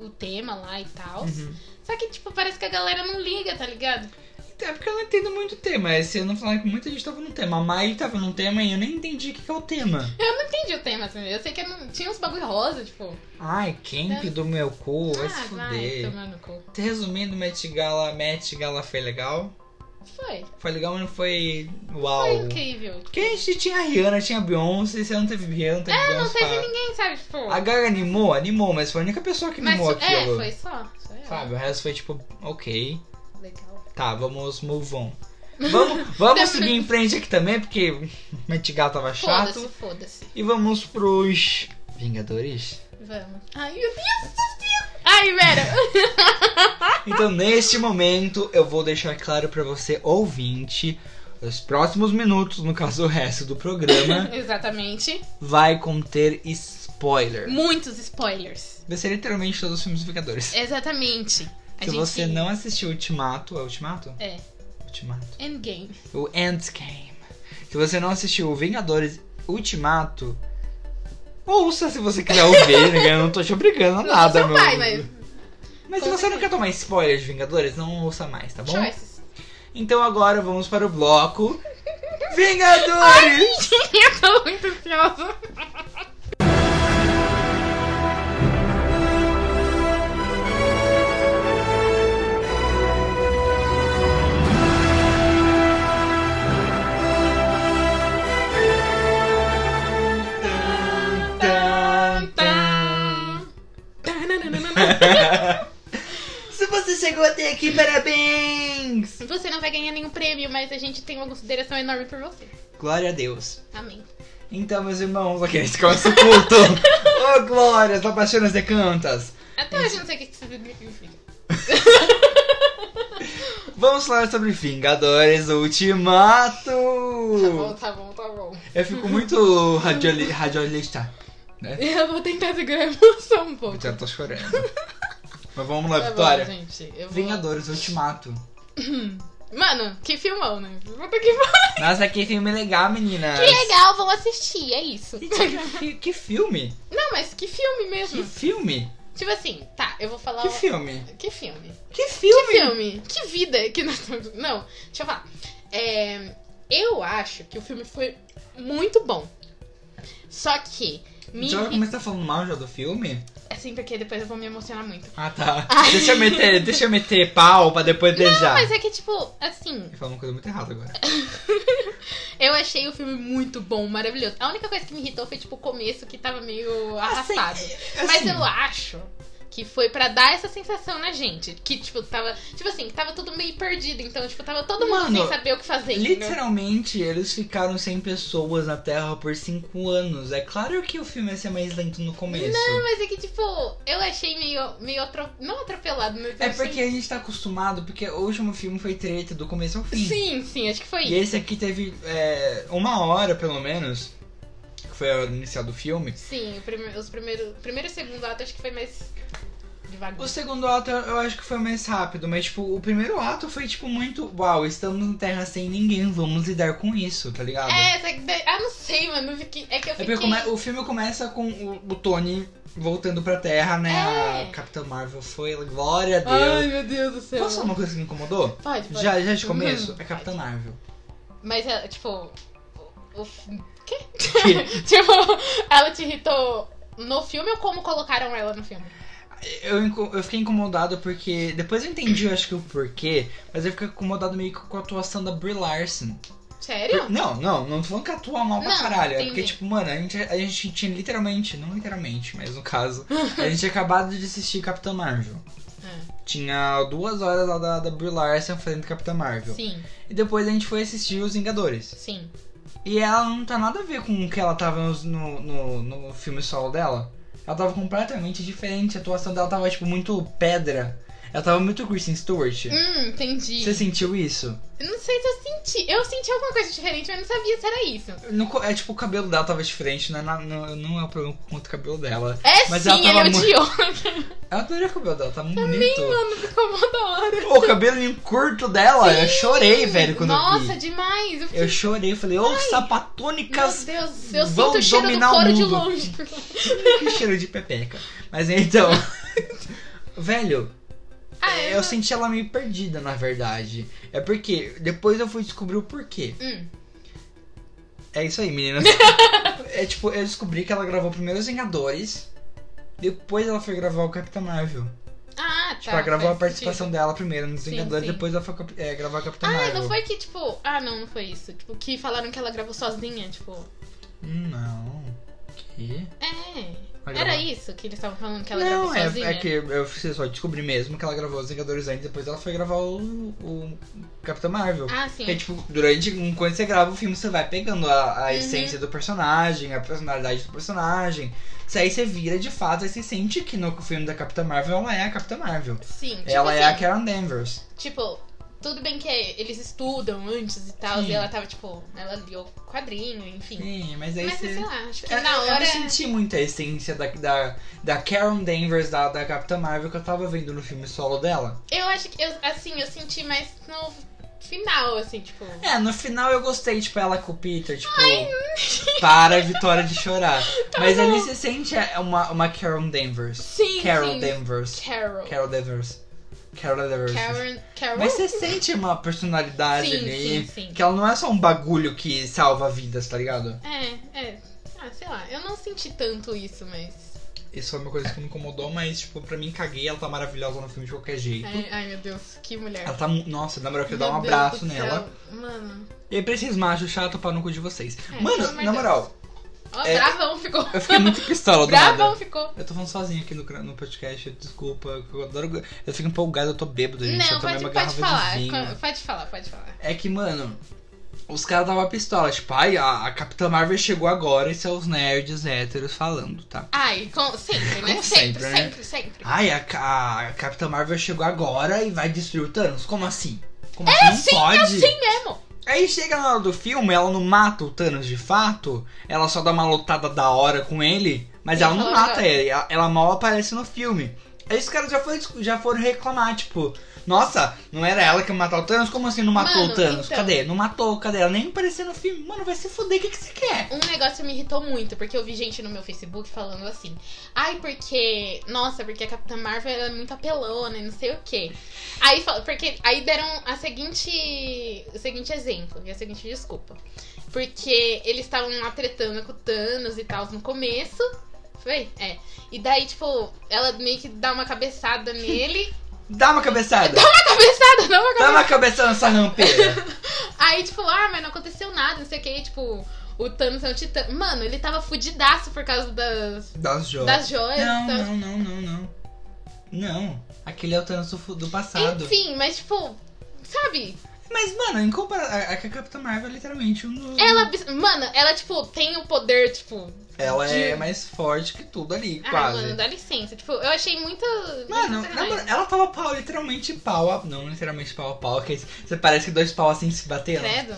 B: o tema lá e tal.
A: Uhum.
B: Só que, tipo, parece que a galera não liga, tá ligado?
A: Então, é porque eu não entendo muito o tema. é, Esse ano falaram que muita gente tava no tema. A Miley tava no tema e eu nem entendi o que, que é o tema.
B: Eu não entendi o tema, assim. Eu sei que eu não... tinha uns bagulho rosa, tipo.
A: Ai, camp do meu cu, vai se
B: É. ah, vai
A: fuder.
B: tomar no cu.
A: Resumindo, Met Gala, Met Gala foi legal.
B: Foi.
A: Foi legal, mas não foi uau.
B: Foi incrível.
A: Porque a gente tinha a Rihanna, tinha a Beyoncé, esse ano teve Rihanna, teve Beyoncé.
B: É, Não teve ninguém, sabe? Tipo.
A: A Gaga animou, animou, mas foi a única pessoa que
B: mas
A: animou
B: é,
A: aquilo.
B: foi só. Só ela.
A: Sabe, o resto foi tipo, ok,
B: Legal.
A: tá, vamos move on. Vamos, vamos seguir em frente aqui também, porque Metigal tava
B: Foda-se,
A: chato.
B: foda-se.
A: E vamos pros Vingadores.
B: Vamos. Ai, meu Deus do céu. Ai, velho.
A: Então, neste momento, eu vou deixar claro pra você, ouvinte, os próximos minutos, no caso o resto do programa,
B: Exatamente.
A: vai conter spoiler.
B: Muitos spoilers.
A: Vai ser literalmente todos os filmes dos Vingadores.
B: Exatamente. A
A: Se
B: gente-
A: você não assistiu Ultimato, é Ultimato?
B: É.
A: Ultimato.
B: Endgame.
A: O Endgame. Se você não assistiu o Vingadores Ultimato, ouça se você quiser ouvir, né? eu não tô te obrigando a
B: Não
A: nada,
B: sou
A: meu.
B: seu pai,
A: amigo.
B: mas.
A: Mas se você não quer tomar spoiler de Vingadores, não ouça mais, tá bom?
B: Choices.
A: Então agora vamos para o bloco Vingadores!
B: Eu tô muito ansiosa.
A: Tan, tan. se você chegou até aqui, parabéns!
B: Você não vai ganhar nenhum prêmio, mas a gente tem uma consideração enorme por você.
A: Glória a Deus.
B: Amém.
A: Então, meus irmãos, aqueles que começa o culto. Ô, tá glórias, apaixonas de cantas.
B: Até hoje eu não sei o que isso significa.
A: Vamos falar sobre Vingadores Ultimato.
B: Tá
A: Hum.
B: bom, tá bom, tá bom.
A: Eu fico muito radioli radiolista.
B: Eu vou tentar segurar a emoção um pouco.
A: Eu já tô chorando. Mas vamos lá,
B: Tá bom,
A: Vitória.
B: gente, eu vou-
A: Vingadores Ultimato.
B: Mano, que filmão, né? Puta que
A: Nossa, que filme legal, meninas.
B: Que legal, vão assistir, é isso.
A: Que, que filme?
B: Não, mas que filme
A: Que
B: mesmo?
A: filme?
B: Tipo assim, tá, eu vou falar.
A: Que
B: um-
A: filme?
B: Que filme?
A: Que
B: Que
A: filme?
B: filme? Que vida que nós estamos. Não, deixa eu falar. É, eu acho que o filme foi muito bom. Só que. Me...
A: Você vai começar falando mal já do filme?
B: Assim, porque depois eu vou me emocionar muito.
A: Ah, tá. Deixa eu meter, deixa eu meter pau pra depois beijar.
B: Mas é que, tipo, assim,
A: Ele falou uma coisa muito errada agora.
B: eu achei o filme muito bom, maravilhoso. A única coisa que me irritou foi, tipo, o começo que tava meio arrastado. Mas
A: Assim,
B: eu acho que foi pra dar essa sensação na gente. Que, tipo, tava. Tipo assim, que tava tudo meio perdido. Então, tipo, tava todo mundo
A: Mano,
B: sem saber o que fazer. entendeu?
A: Literalmente, eles ficaram sem pessoas na Terra por cinco anos. É claro que o filme ia ser mais lento no começo.
B: Mas é que, tipo, eu achei meio. meio atro... Não atropelado, mas.
A: é
B: eu achei-
A: porque a gente tá acostumado, porque o último filme foi treta do começo ao fim.
B: Sim, sim, acho que foi
A: E
B: isso.
A: esse aqui teve é, uma hora, pelo menos, que foi a hora inicial do filme.
B: Sim, o prime... os primeiros. Primeiro e segundo ato acho que foi mais. devagar.
A: O segundo ato eu acho que foi mais rápido, mas tipo, o primeiro ato foi tipo muito. Uau, estamos na Terra sem ninguém, vamos lidar com isso, tá ligado?
B: É, só que daí- Ah, não sei, mano. eu fiquei- É que eu
A: É
B: fiquei.
A: porque come- o filme começa com o, o Tony voltando pra Terra, né?
B: É.
A: A Capitã Marvel foi, glória a Deus.
B: Ai, meu Deus do céu.
A: Posso falar uma coisa que me incomodou?
B: Pode, pode.
A: Já, já de começo,
B: Uhum.
A: a Capitã Marvel.
B: Mas, é, tipo. O... o-
A: Que-
B: Tipo, ela te irritou no filme ou como colocaram ela no filme?
A: eu, inco- eu fiquei incomodado porque. Depois eu entendi, eu acho que o porquê, mas eu fiquei incomodado meio que com a atuação da Brie Larson.
B: Sério?
A: Por- Não, não, não tô falando que atua mal pra
B: Não,
A: caralho. É
B: entendi.
A: porque, tipo, mano, a gente, a gente tinha literalmente, não literalmente, mas no caso, a gente tinha acabado de assistir Capitã Marvel.
B: Ah,
A: Tinha duas horas lá da, da Brie Larson fazendo Capitã Marvel.
B: sim,
A: E depois a gente foi assistir Os Vingadores.
B: sim.
A: E ela não tá nada a ver com o que ela tava nos- no, no, no filme solo dela. Ela tava completamente diferente. A atuação dela tava, tipo, muito pedra. Ela tava muito Kristen Stewart.
B: Hum, entendi.
A: Você sentiu isso?
B: Eu não sei se eu senti. Eu senti alguma coisa diferente, mas não sabia se era isso.
A: No co- é tipo, o cabelo dela tava diferente, não é, na- não, não é o problema com o cabelo dela.
B: É
A: Mas
B: sim,
A: ela tava
B: ele
A: muito-
B: odiou.
A: Eu adorei o cabelo dela, tá muito bonito.
B: Mano, ficou mó da hora.
A: Pô, o cabelinho curto dela, eu chorei, velho, quando eu vi.
B: Nossa, demais. Eu fiquei...
A: Eu chorei, falei, ô,
B: Meu
A: sapatônicas!
B: Deus, eu
A: vão
B: sinto o cheiro do
A: dominar o
B: couro de
A: mundo.
B: longe.
A: que cheiro de pepeca. Mas então... velho,
B: Ah,
A: É,
B: é?
A: eu senti ela meio perdida, na verdade. É porque depois eu fui descobrir o porquê.
B: Hum.
A: É isso aí, meninas. é tipo, eu descobri que ela gravou primeiro os Vingadores. Depois ela foi gravar o Capitã Marvel.
B: Ah, tá.
A: tipo, ela gravou a
B: faz
A: participação
B: sentido.
A: dela primeiro nos
B: Sim,
A: Vingadores,
B: sim.
A: depois ela foi cap- é, gravar o Capitã
B: Ah,
A: Marvel.
B: não foi que, tipo. Ah, não, não foi isso. Tipo, que falaram que ela gravou sozinha, tipo.
A: Hum, Não. Que?
B: É.
A: Ela
B: Era
A: gravou-
B: isso que eles estavam falando que ela
A: não,
B: gravou
A: é,
B: sozinha.
A: é que eu sei só descobri mesmo que ela gravou os Vingadores antes, depois ela foi gravar o, o Capitã Marvel.
B: Ah, sim.
A: Porque, tipo, durante. Quando você grava o filme, você vai pegando a, a
B: Uhum.
A: essência do personagem, a personalidade do personagem. Se aí você vira de fato, aí você sente que no filme da Capitã Marvel ela é a Capitã Marvel.
B: Sim, tipo
A: ela é a
B: assim,
A: Karen Danvers.
B: Tipo, Tudo bem que eles estudam antes e tal,
A: Sim.
B: e ela tava, tipo, ela leu quadrinho, enfim.
A: Sim, mas aí
B: Mas
A: você. é,
B: sei lá, acho que
A: Eu,
B: na
A: eu- eu
B: hora.
A: não senti muito a essência da, da, da Karen Danvers, da, da Capitã Marvel, que eu tava vendo no filme solo dela.
B: Eu acho que, eu, assim, eu senti mais no final, assim, tipo.
A: É, no final eu gostei, tipo, ela com o Peter, tipo, para a Vitória de chorar.
B: Tá
A: Mas ali se sente é, uma, uma Karen Danvers.
B: Sim,
A: Carol
B: sim.
A: Danvers.
B: Carol.
A: Carol Danvers. Carol Danvers.
B: Karen. Carol.
A: Mas você sente uma personalidade
B: Sim,
A: ali.
B: sim, sim.
A: Que ela não é só um bagulho que salva vidas, tá ligado?
B: É, é. Ah, sei lá, eu não senti tanto isso, mas.
A: Isso foi uma coisa que me incomodou, mas, tipo, pra mim caguei, ela tá maravilhosa no filme de qualquer jeito.
B: é, Ai, ai, meu Deus, que mulher.
A: Ela tá. mu- Nossa, na moral, eu quero dar um
B: Meu Deus
A: abraço
B: do céu.
A: nela.
B: Mano,
A: E aí, pra esses machos chato pau no cu de vocês.
B: É, pelo
A: Mano,
B: amor de
A: na
B: Deus.
A: moral,
B: ó,
A: É.
B: bravão ficou.
A: eu fiquei muito pistola do
B: Bravão
A: nada.
B: ficou.
A: Eu tô falando sozinho aqui no, cra- no podcast, desculpa. Eu adoro. Eu fico empolgado, eu tô bêbado, gente.
B: não,
A: eu tomei
B: pode,
A: uma
B: pode
A: garrafa
B: falar.
A: de vinho.
B: co- Pode falar, pode falar.
A: É que, mano, os caras tava pistola. Tipo, ai, a, a Capitã Marvel chegou agora e são os nerds héteros falando, tá?
B: Ai, com, sempre, né?
A: Como
B: sempre,
A: sempre, né?
B: sempre, sempre.
A: Ai, a, Ca- a Capitã Marvel chegou agora e vai destruir o Thanos. Como assim? Como assim? Não
B: assim,
A: pode?
B: Assim mesmo.
A: Aí chega na hora do filme, ela não mata o Thanos de fato, ela só dá uma lotada da hora com ele, mas
B: Ele
A: ela não
B: falou
A: mata
B: agora.
A: ele, ela, ela mal aparece no filme. Aí os caras já, foi, já foram reclamar, tipo, nossa, não era ela que ia matar o Thanos? Como assim não matou
B: Mano,
A: o Thanos?
B: então.
A: Cadê? Não matou, cadê? Ela nem apareceu no filme. Mano, vai se fuder, o que, que você quer?
B: Um negócio me irritou muito, porque eu vi gente no meu Facebook falando assim. Ai, porque. Nossa, porque a Capitã Marvel ela é muito apelona e não sei o quê. Aí fala- porque aí deram a seguinte. O seguinte exemplo, e a seguinte desculpa. Porque eles estavam lá tretando com o Thanos e tal no começo. Foi? É. E daí, tipo, ela meio que dá uma cabeçada nele.
A: Dá uma cabeçada,
B: cabeçada, não uma
A: dá uma cabeçada nessa rampeira.
B: Aí, tipo, ah, mas não aconteceu nada, não sei o que. E, tipo, o Thanos é um titã. Mano, ele tava fudidaço por causa das,
A: Das joias.
B: das joias.
A: um Não,
B: tá?
A: não, não, não, não. Não, aquele é o Thanos do, fu- do passado.
B: Enfim, mas, tipo, sabe?
A: Mas, mano, em compara a, a Capitã Marvel é literalmente um dos...
B: Ela, abs- mano, ela, tipo, tem o poder, tipo.
A: Ela é
B: de-
A: mais forte que tudo ali,
B: Ah,
A: quase.
B: mano, dá licença. Tipo, eu achei muito.
A: Mano, é
B: muito
A: na
B: sacanagem.
A: moral, ela tava pau, literalmente pau a... Não literalmente pau a pau, que você parece que dois pau assim se batendo.
B: Credo.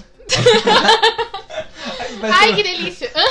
A: Mas,
B: Ai, que delícia. Hã?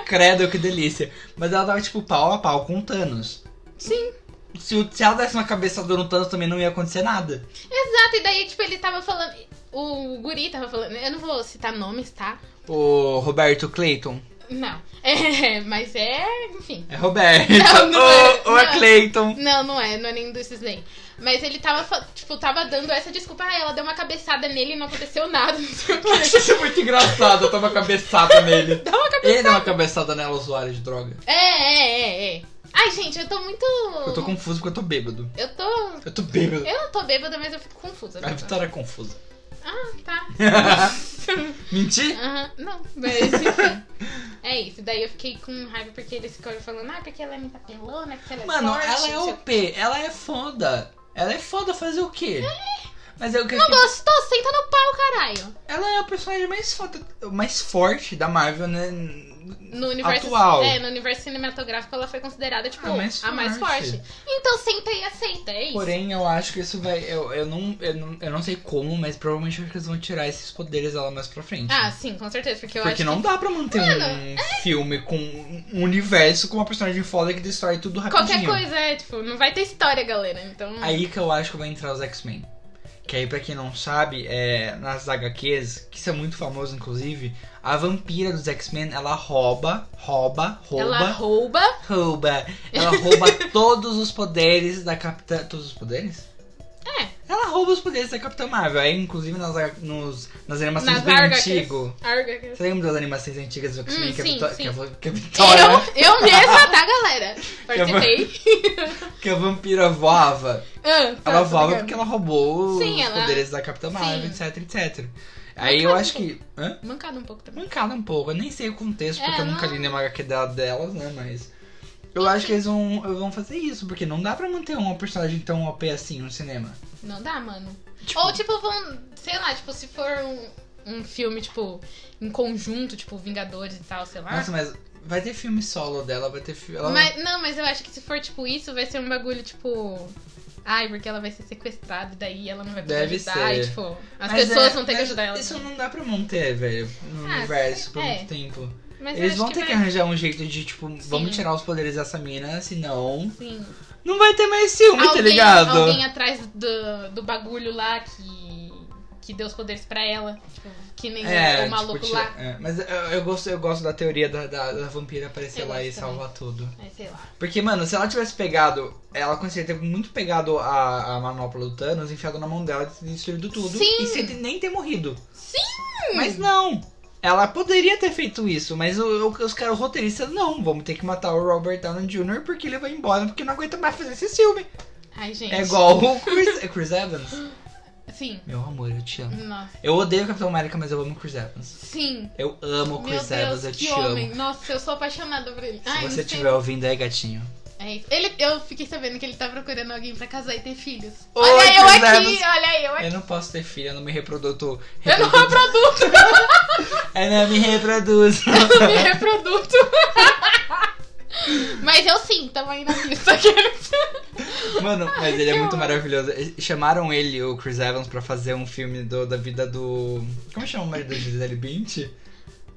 A: um Credo, que delícia. Mas ela tava tipo pau a pau com o Thanos.
B: Sim.
A: Se, o- se ela desse uma cabeçadora no Thanos também não ia acontecer nada.
B: Exato, e daí, tipo, ele tava falando. O guri tava falando. Eu não vou citar nomes, tá?
A: O Roberto Clayton.
B: Não. É, mas é. Enfim.
A: É Roberto.
B: Não, não é,
A: ou, ou é
B: não.
A: Clayton.
B: Não, não é, não é nenhum desses nem. Mas ele tava, fa- tipo, tava dando essa desculpa. Ah, ela deu uma cabeçada nele e não aconteceu nada, não sei o
A: Eu achei
B: quê.
A: isso é muito engraçado, eu tava cabeçada nele.
B: Dá uma cabeçada.
A: Ele deu uma cabeçada nela, usuário de droga.
B: É, é, é, é. Ai, gente, eu tô muito.
A: Eu tô confuso porque eu tô bêbado.
B: Eu tô.
A: Eu tô bêbado.
B: Eu não tô bêbada, mas eu fico confusa.
A: A Vitória é confusa.
B: Ah, tá.
A: Mentir?
B: Aham, não. Mas enfim. É isso. Daí eu fiquei com raiva porque ele ficou falando, ah, porque ela é muito apelona, porque ela é
A: Mano,
B: forte,
A: ela é
B: não sei o quê."
A: OP, ela é foda. Ela é foda fazer o quê? Mas é o que
B: Não gostou? Senta no pau, caralho.
A: ela é a personagem mais foda, mais forte da Marvel, né?
B: No universo,
A: Atual.
B: É, no universo cinematográfico ela foi considerada, tipo,
A: A mais
B: a mais
A: forte.
B: forte. Então senta e aceita, é isso.
A: Porém, eu acho que isso vai. Eu, eu, não, eu não. Eu não sei como, mas provavelmente eu acho que eles vão tirar esses poderes dela mais pra frente.
B: Ah, sim, com certeza, porque eu
A: Porque
B: acho é.
A: não dá pra manter um filme com um universo com uma personagem foda que destrói tudo
B: que
A: tá rapidinho.
B: qualquer coisa é, tipo, não vai ter história, galera. Então.
A: Aí que eu acho que vai entrar os X-Men. Que aí, pra quem não sabe, é, nas HQs, que isso é muito famoso, inclusive, a vampira dos X-Men, ela rouba, rouba, rouba,
B: ela rouba.
A: rouba. Ela rouba todos os poderes da Capitã... Todos os poderes?
B: É.
A: Ela rouba os poderes da Capitã Marvel. Aí, inclusive, nas, H- nos, nas animações
B: Nas
A: bem
B: Arga-
A: antigo.
B: Arga- Eu,
A: Você lembra das animações antigas do X-Men?
B: Hum,
A: que, a
B: sim,
A: Vitó-
B: sim.
A: que a va- que a Vitória...
B: eu mesma, tá, galera?
A: Eu vou-
B: Participei.
A: Que a vampira voava.
B: Ah, tá,
A: Ela
B: tô
A: voava
B: ligando.
A: porque ela roubou
B: Sim,
A: os
B: ela-
A: poderes da Capitã Marvel,
B: Sim.
A: etc, etc. Aí eu
B: Mancada
A: acho
B: um
A: que. Hã?
B: Mancada um pouco também.
A: Mancada um pouco, eu nem sei o contexto, porque
B: É,
A: eu nunca
B: não- Então
A: li nenhuma HQ dela- delas, né? Mas. Eu acho que eles vão, vão fazer isso, porque não dá pra manter uma personagem tão OP assim no cinema.
B: Não dá, mano.
A: Tipo-
B: Ou, tipo, vão. Sei lá, tipo, se for um, um filme, tipo, em conjunto, tipo, Vingadores e tal, sei lá.
A: Nossa, mas vai ter filme solo dela, vai ter filme. Ela...
B: Mas, não, mas eu acho que se for tipo isso, vai ser um bagulho tipo. Ai, porque ela vai ser sequestrada e daí ela não vai poder
A: Deve
B: ajudar.
A: ser.
B: E, tipo, as
A: Mas
B: pessoas
A: é-
B: vão ter que
A: mas
B: ajudar ela.
A: Isso não dá pra manter, velho, no
B: Ah,
A: universo por
B: é.
A: muito tempo.
B: Mas eu
A: Eles
B: acho
A: vão
B: que
A: ter que
B: vai-
A: arranjar um jeito de, tipo, vamos
B: Sim.
A: tirar os poderes dessa mina, senão.
B: Sim.
A: Não vai ter mais ciúme,
B: alguém,
A: tá ligado?
B: alguém atrás do, do bagulho lá que, que deu os poderes pra ela. Tipo, que nem o, o
A: tipo,
B: maluco
A: tira-
B: lá.
A: é, mas eu, eu gosto, eu gosto da teoria da, da, da vampira aparecer
B: Eu
A: lá e
B: gosto também.
A: salvar tudo.
B: Ai, sei lá.
A: Porque, mano, se ela tivesse pegado. Ela com certeza teria muito pegado a, a manopla do Thanos, enfiado na mão dela e destruído tudo.
B: Sim!
A: E sem ter- nem ter morrido. Sim! Mas não! Ela poderia ter feito isso, mas o- o- os caras roteiristas não. Vamos ter que matar o Robert Downey Jr. porque ele vai embora, porque não aguenta mais fazer esse filme.
B: Ai, gente.
A: É igual o Chris, é Chris Evans.
B: Sim.
A: Meu amor, eu te amo.
B: Nossa.
A: Eu odeio o Capitão América, mas eu amo o Chris Evans.
B: Sim.
A: Eu amo o
B: Meu
A: Chris Evans,
B: Deus,
A: eu
B: que
A: te
B: homem.
A: amo.
B: Nossa, eu sou apaixonada por ele.
A: Se
B: Ai,
A: você
B: não sei.
A: estiver ouvindo aí, gatinho.
B: É isso. Ele, eu fiquei sabendo que ele tá procurando alguém pra casar e ter filhos.
A: Oi,
B: olha eu
A: Chris
B: aqui,
A: Evans.
B: olha eu aqui.
A: Eu não posso ter filha, eu não me reproduto.
B: Eu não reproduzo,
A: Eu não me reproduzo.
B: eu não me reproduzo. Mas eu sim, tamo aí na lista.
A: Mano, mas ele é
B: que
A: muito
B: horror.
A: maravilhoso. E- Chamaram ele, o Chris Evans, pra fazer um filme do- da vida do. Como chama o marido da Gisele Bint?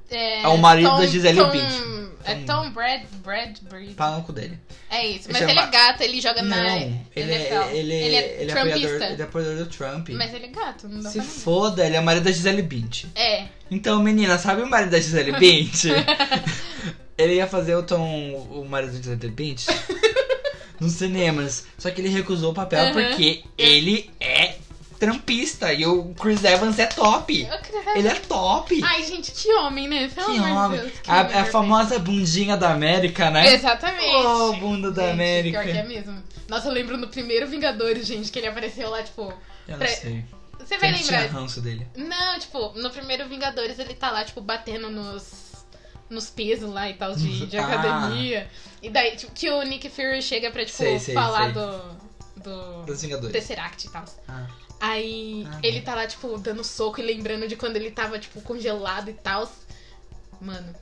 B: É,
A: É o marido
B: Tom-
A: da Gisele
B: Tom-
A: Bündchen.
B: É Tom Brad, Brad, Brad.
A: Pá no cu dele.
B: É isso, mas
A: Chama-
B: ele é gato, ele joga
A: Não,
B: na.
A: ele,
B: NFL.
A: é, ele,
B: Ele é
A: ele é apoiador,
B: trumpista.
A: ele é apoiador do Trump.
B: Mas ele é gato, não dá
A: Se
B: pra nada.
A: foda, ele é o marido da Gisele Bint.
B: É,
A: Então, menina, sabe o marido da Gisele Bint? ele ia fazer o Tom, o marido da Gisele Bint, nos cinemas. Só que ele recusou o papel
B: Aham.
A: porque ele é trampista e o Chris Evans é top.
B: eu creio.
A: Ele é top.
B: Ai, gente, que homem, né? Pelo
A: que
B: amor de
A: homem.
B: Deus. que
A: A, a
B: homem perfeito.
A: famosa bundinha da América, né?
B: Exatamente.
A: Oh, bunda da
B: Gente,
A: América.
B: Pior que é mesmo. Nossa, eu lembro no primeiro Vingadores, gente, que ele apareceu lá, tipo.
A: Eu não
B: Pre-
A: sei.
B: Você vai
A: Eu não tinha
B: lembrar.
A: ranço dele.
B: Não, tipo, no primeiro Vingadores ele tá lá, tipo, batendo nos. Nos pesos lá e tal, de, de
A: Ah.
B: academia. E daí, tipo, que o Nick Fury chega pra, tipo,
A: Sei, sei,
B: falar
A: sei.
B: do. Do
A: Dos Vingadores.
B: Tesseract e tal.
A: Ah.
B: Aí
A: Ah.
B: ele tá lá, tipo, dando soco e lembrando de quando ele tava, tipo, congelado e tal. Mano,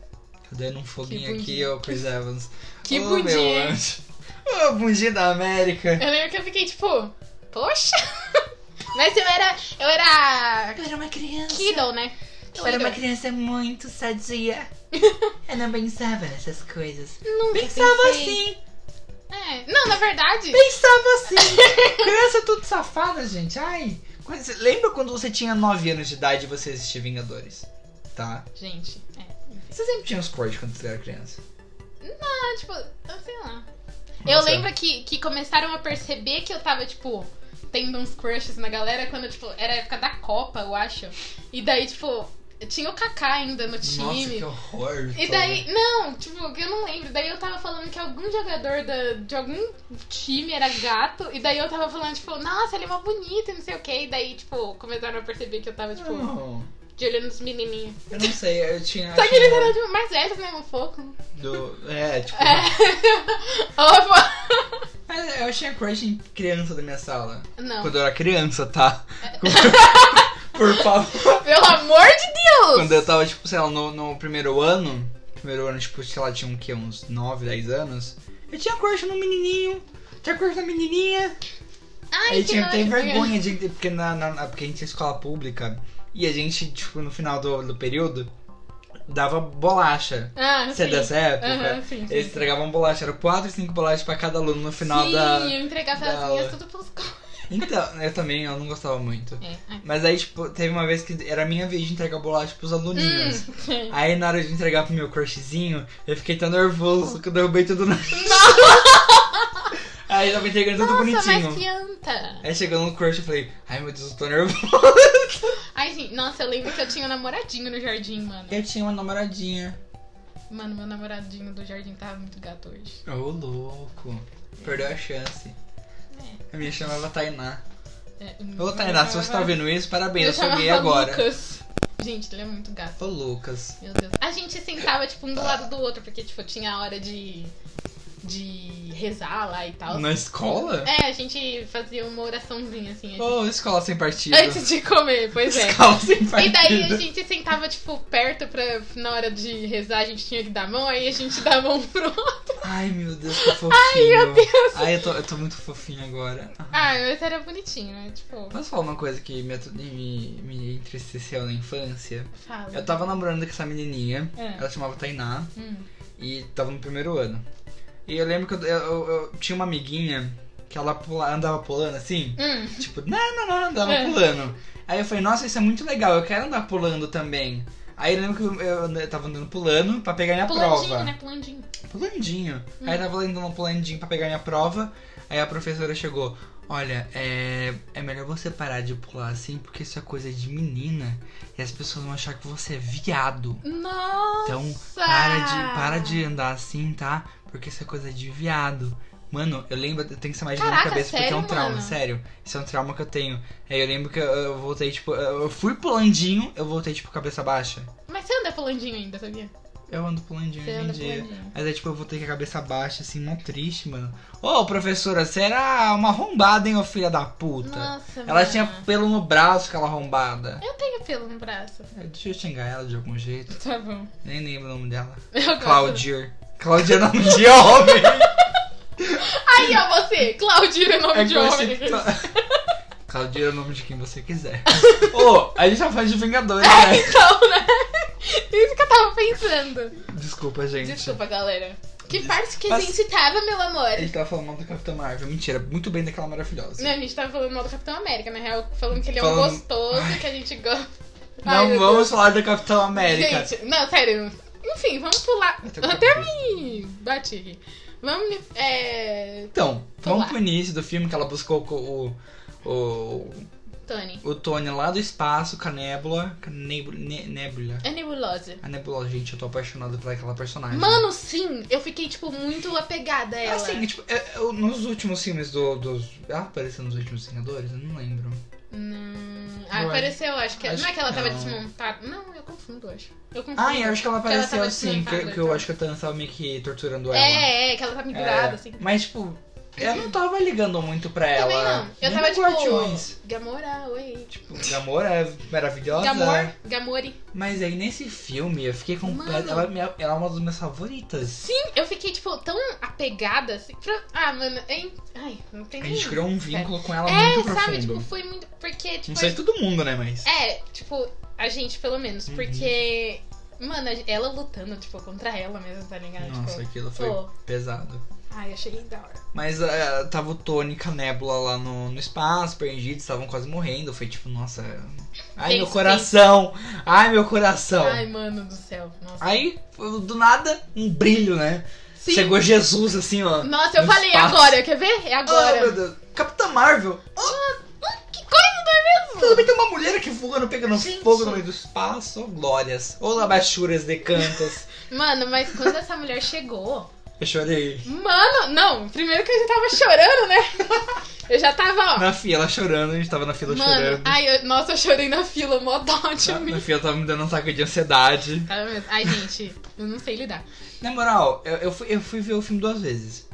A: Tô dando um foguinho
B: Que
A: aqui, ô Chris Evans.
B: que
A: Ô,
B: bundinha.
A: meu
B: hein?
A: anjo. Ô, bundinha da América.
B: Eu lembro que eu fiquei, tipo, poxa! Mas eu era. Eu era.
A: Eu era uma criança.
B: Kiddle, né?
A: Eu era uma
B: Kiddle.
A: criança muito sadia. Eu não pensava nessas coisas.
B: Nunca
A: pensava
B: pensei.
A: assim.
B: É. Não, na verdade.
A: Pensava assim. criança tudo safada, gente. Ai. Quando você- Lembra quando você tinha 9 anos de idade e você assistia Vingadores? Tá?
B: Gente, é.
A: Você sempre tinha uns cortes quando você era criança.
B: Ah, tipo, eu sei lá. Eu
A: Nossa.
B: lembro que, que começaram a perceber que eu tava, tipo, tendo uns crushes na galera quando, tipo, era a época da Copa, eu acho. E daí, tipo, tinha o Kaká ainda no
A: Nossa,
B: time.
A: que horror.
B: E
A: Vitória.
B: daí, não, tipo, que eu não lembro. Daí eu tava falando que algum jogador da- de algum time era gato. E daí eu tava falando, tipo, nossa, ele é mó bonito, e não sei o que. E daí, tipo, começaram a perceber que eu tava, tipo,
A: Não,
B: de olho nos menininhos.
A: eu não sei, eu tinha.
B: Só que
A: tinha
B: eles eram tipo, mais velhos, né, um pouco.
A: do, É, tipo.
B: Opa!
A: Mas eu tinha crush em criança da minha sala.
B: Não, É.
A: Quando eu era criança, tá? Por favor.
B: pelo amor de
A: Quando eu
B: Deus!
A: tava, tipo, sei lá, no, no primeiro ano, primeiro ano, tipo, sei lá, tinha um quê? Uns 9, 10 anos. Eu tinha crush no menininho, tinha crush na menininha.
B: Ai,
A: Aí
B: que
A: tinha que ter
B: nojo.
A: vergonha de. Porque, na, na- na- porque a gente tinha escola pública e a gente, tipo, no final do, do período, dava bolacha.
B: Ah,
A: Você é
B: sim.
A: dessa época?
B: Aham, sim, sim,
A: Eles
B: sim.
A: entregavam bolacha, eram 4 e 5 bolachas pra cada aluno no final
B: sim,
A: da.
B: eu entregava
A: da
B: as
A: aula.
B: minhas tudo pros co-
A: Então, eu também, eu não gostava muito.
B: É, ai.
A: Mas aí, tipo, teve uma vez que era a minha vez de entregar bolacha pros aluninhos.
B: Hum.
A: Aí na hora de entregar pro meu crushzinho, eu fiquei tão nervoso que eu derrubei tudo na. Aí tava entregando tudo
B: Nossa,
A: bonitinho.
B: mas que anta.
A: Aí chegando no crush eu falei, ai meu Deus, eu tô nervoso.
B: Ai, gente, nossa, eu lembro que eu tinha um namoradinho no jardim, mano.
A: Eu tinha uma namoradinha.
B: Mano, meu namoradinho do jardim tava muito gato hoje.
A: Ô louco. Perdeu a chance. A minha chamava Tainá.
B: É, o
A: Ô
B: meu
A: Tainá, se você tá
B: É. chamava-
A: vendo isso, parabéns, eu
B: meu
A: sou gay
B: chamava
A: agora.
B: Lucas. Gente, ele é muito gato.
A: Ô Lucas. Tá.
B: Meu Deus. A gente sentava, tipo, um do lado do outro, porque, tipo, tinha a hora de. de rezar lá e tal.
A: Na escola?
B: É, a gente fazia uma oraçãozinha assim.
A: Ô, escola sem partido.
B: Antes de comer, pois é.
A: Escola sem partido.
B: E daí a gente sentava, tipo, perto pra. Na hora de rezar, a gente tinha que dar a mão, aí a gente dava um pro outro.
A: Ai, meu Deus, que fofinho. Ai, meu Deus. Ai, eu tô, eu tô muito fofinho agora.
B: Ah, mas era bonitinho, né? Tipo,
A: Posso falar uma coisa que me, atu- me, me entristeceu na infância?
B: fala.
A: Eu tava namorando com essa menininha,
B: É.
A: ela se chamava Tainá,
B: Hum.
A: e tava no primeiro ano. E eu lembro que eu, eu- eu tinha uma amiguinha que ela pula- andava pulando assim,
B: Hum.
A: tipo, não, não, não, andava
B: É.
A: pulando. Aí eu falei, nossa, isso é muito legal, eu quero andar pulando também. Aí eu lembro que eu, eu, eu tava andando pulando pra pegar minha
B: Pulandinho,
A: prova.
B: né? Pulandinho.
A: Pulandinho.
B: Hum.
A: Aí eu tava lendo um pulandinho pra pegar minha prova. Aí a professora chegou. Olha, é, é melhor você parar de pular assim, porque isso é coisa de menina. E as pessoas vão achar que você é viado.
B: Nossa!
A: Então, Para de, para de andar assim, tá? Porque isso é coisa de viado. Mano, eu lembro, eu tenho que ser mais na
B: Caraca,
A: cabeça porque é
B: sério,
A: um trauma,
B: mano?
A: sério. Isso é um trauma que eu tenho. Aí eu lembro que eu, eu voltei, tipo, eu eu fui pulandinho, eu voltei, tipo, cabeça baixa.
B: Mas você anda pulandinho ainda, sabia?
A: Eu ando pulandinho
B: Você
A: hoje em
B: anda
A: dia.
B: pulandinho.
A: Mas aí, tipo, eu vou ter que a cabeça baixa, assim, mó triste, mano. Ô, professora, você era uma arrombada, hein, ô filha da puta?
B: Nossa,
A: ela
B: mano.
A: tinha pelo no braço, aquela arrombada.
B: Eu tenho pelo no braço.
A: É, Deixa eu xingar ela de algum jeito.
B: Tá bom.
A: Nem lembro o nome dela.
B: Eu gosto.
A: Claudir. Claudir é nome de homem.
B: Aí, ó, você! Claudir é nome
A: É
B: de
A: que eu
B: homem.
A: achei que Cla- Claudir é o nome de quem você quiser. Ô, a gente tá falando de Vingadores, né?
B: Então, né? Isso que eu tava pensando.
A: Desculpa, gente.
B: Desculpa, galera. Que
A: Des-
B: parte que a
A: Mas-
B: gente tava, meu
A: A
B: amor?
A: gente tava falando mal do Capitão Marvel. Mentira, muito bem daquela maravilhosa.
B: Não, a gente tava falando mal do Capitão América, na real, falando que ele é um
A: Falando-
B: gostoso, que a gente gosta. Ai,
A: Não
B: meu
A: vamos falar do Capitão América.
B: Gente, não, sério. Enfim, vamos pular.
A: Até
B: Eu Até me bati aqui. Vamos me. É.
A: Então,
B: Vamos
A: vamos
B: lá.
A: pro início do filme que ela buscou o, o,
B: Tony.
A: o Tony lá do espaço com a Nebula. Com a Nebula. ne- Nebula.
B: É nebulosa.
A: A Nebula, gente, eu tô apaixonado por aquela personagem.
B: Mano, sim, eu fiquei, tipo, muito apegada a ela.
A: Assim, tipo, é- é- nos últimos filmes do, dos. Ela apareceu nos últimos Vingadores? Eu não lembro.
B: Uhum. Hum, ah,
A: Ué.
B: apareceu, acho que.
A: é. Acho
B: não é que ela
A: que
B: tava
A: não.
B: desmontada. Não, eu confundo, acho. Eu confundo.
A: Ah, eu acho que ela
B: Porque ela
A: apareceu
B: tava
A: assim, que,
B: desmontada,
A: que eu
B: então.
A: acho que o Thanos tava meio que torturando ela.
B: É, é, que ela tá pendurada, assim.
A: Mas, tipo, eu não tava ligando muito pra É, ela.
B: Também não. Eu
A: Nem
B: tava,
A: nos
B: tipo.
A: Guardiões.
B: Gamora, oi.
A: Tipo, Gamora é maravilhosa.
B: Gamor, Gamori.
A: Mas aí nesse filme eu fiquei com.
B: Mano.
A: Ela, é minha- ela é uma das minhas favoritas.
B: Sim, eu fiquei, tipo, tão apegada assim. pra- Ah, mano, hein? Ai, não tem
A: A gente
B: nem-
A: criou um vínculo com ela
B: É,
A: muito
B: sabe?
A: profundo.
B: Tipo, foi muito. Porque, tipo.
A: Não sei todo mundo, né, mas.
B: É, tipo, a gente, pelo menos.
A: Uhum.
B: Porque. Mano, a- ela lutando, tipo, contra ela mesmo, tá ligado?
A: Nossa,
B: tipo,
A: aquilo foi
B: pô.
A: pesado.
B: ai, achei da hora.
A: Mas é, tava o Tony com a Nebula lá no, no espaço, perdidos, estavam quase morrendo. Foi tipo, nossa. Ai,
B: Tem
A: meu
B: isso,
A: coração! Ai, meu coração!
B: Ai, mano do céu. Nossa.
A: Aí, do nada, um brilho, né?
B: Sim.
A: Chegou Jesus assim, ó.
B: Nossa, eu
A: no
B: falei
A: espaço.
B: agora, quer ver? É
A: Oh,
B: agora.
A: meu Deus. Capitã Marvel!
B: que coisa, não é
A: Tudo
B: mesmo?
A: bem, tem uma mulher que voa no pegando
B: Gente.
A: fogo no meio do espaço. Oh, glórias. Ou labachuras de cantos.
B: Mano, mas quando essa mulher chegou.
A: Eu chorei.
B: Mano, não, primeiro que eu já tava chorando, né? Eu já tava, ó.
A: Na fila chorando, a gente tava na fila
B: Mano,
A: chorando.
B: ai, eu- nossa, eu chorei na fila, mó dó de
A: Na, na
B: mim.
A: fila tava me dando um ataque de ansiedade.
B: Tá mesmo? Ai, gente, eu não sei lidar.
A: Na moral, eu, eu, fui, eu fui ver o filme duas vezes.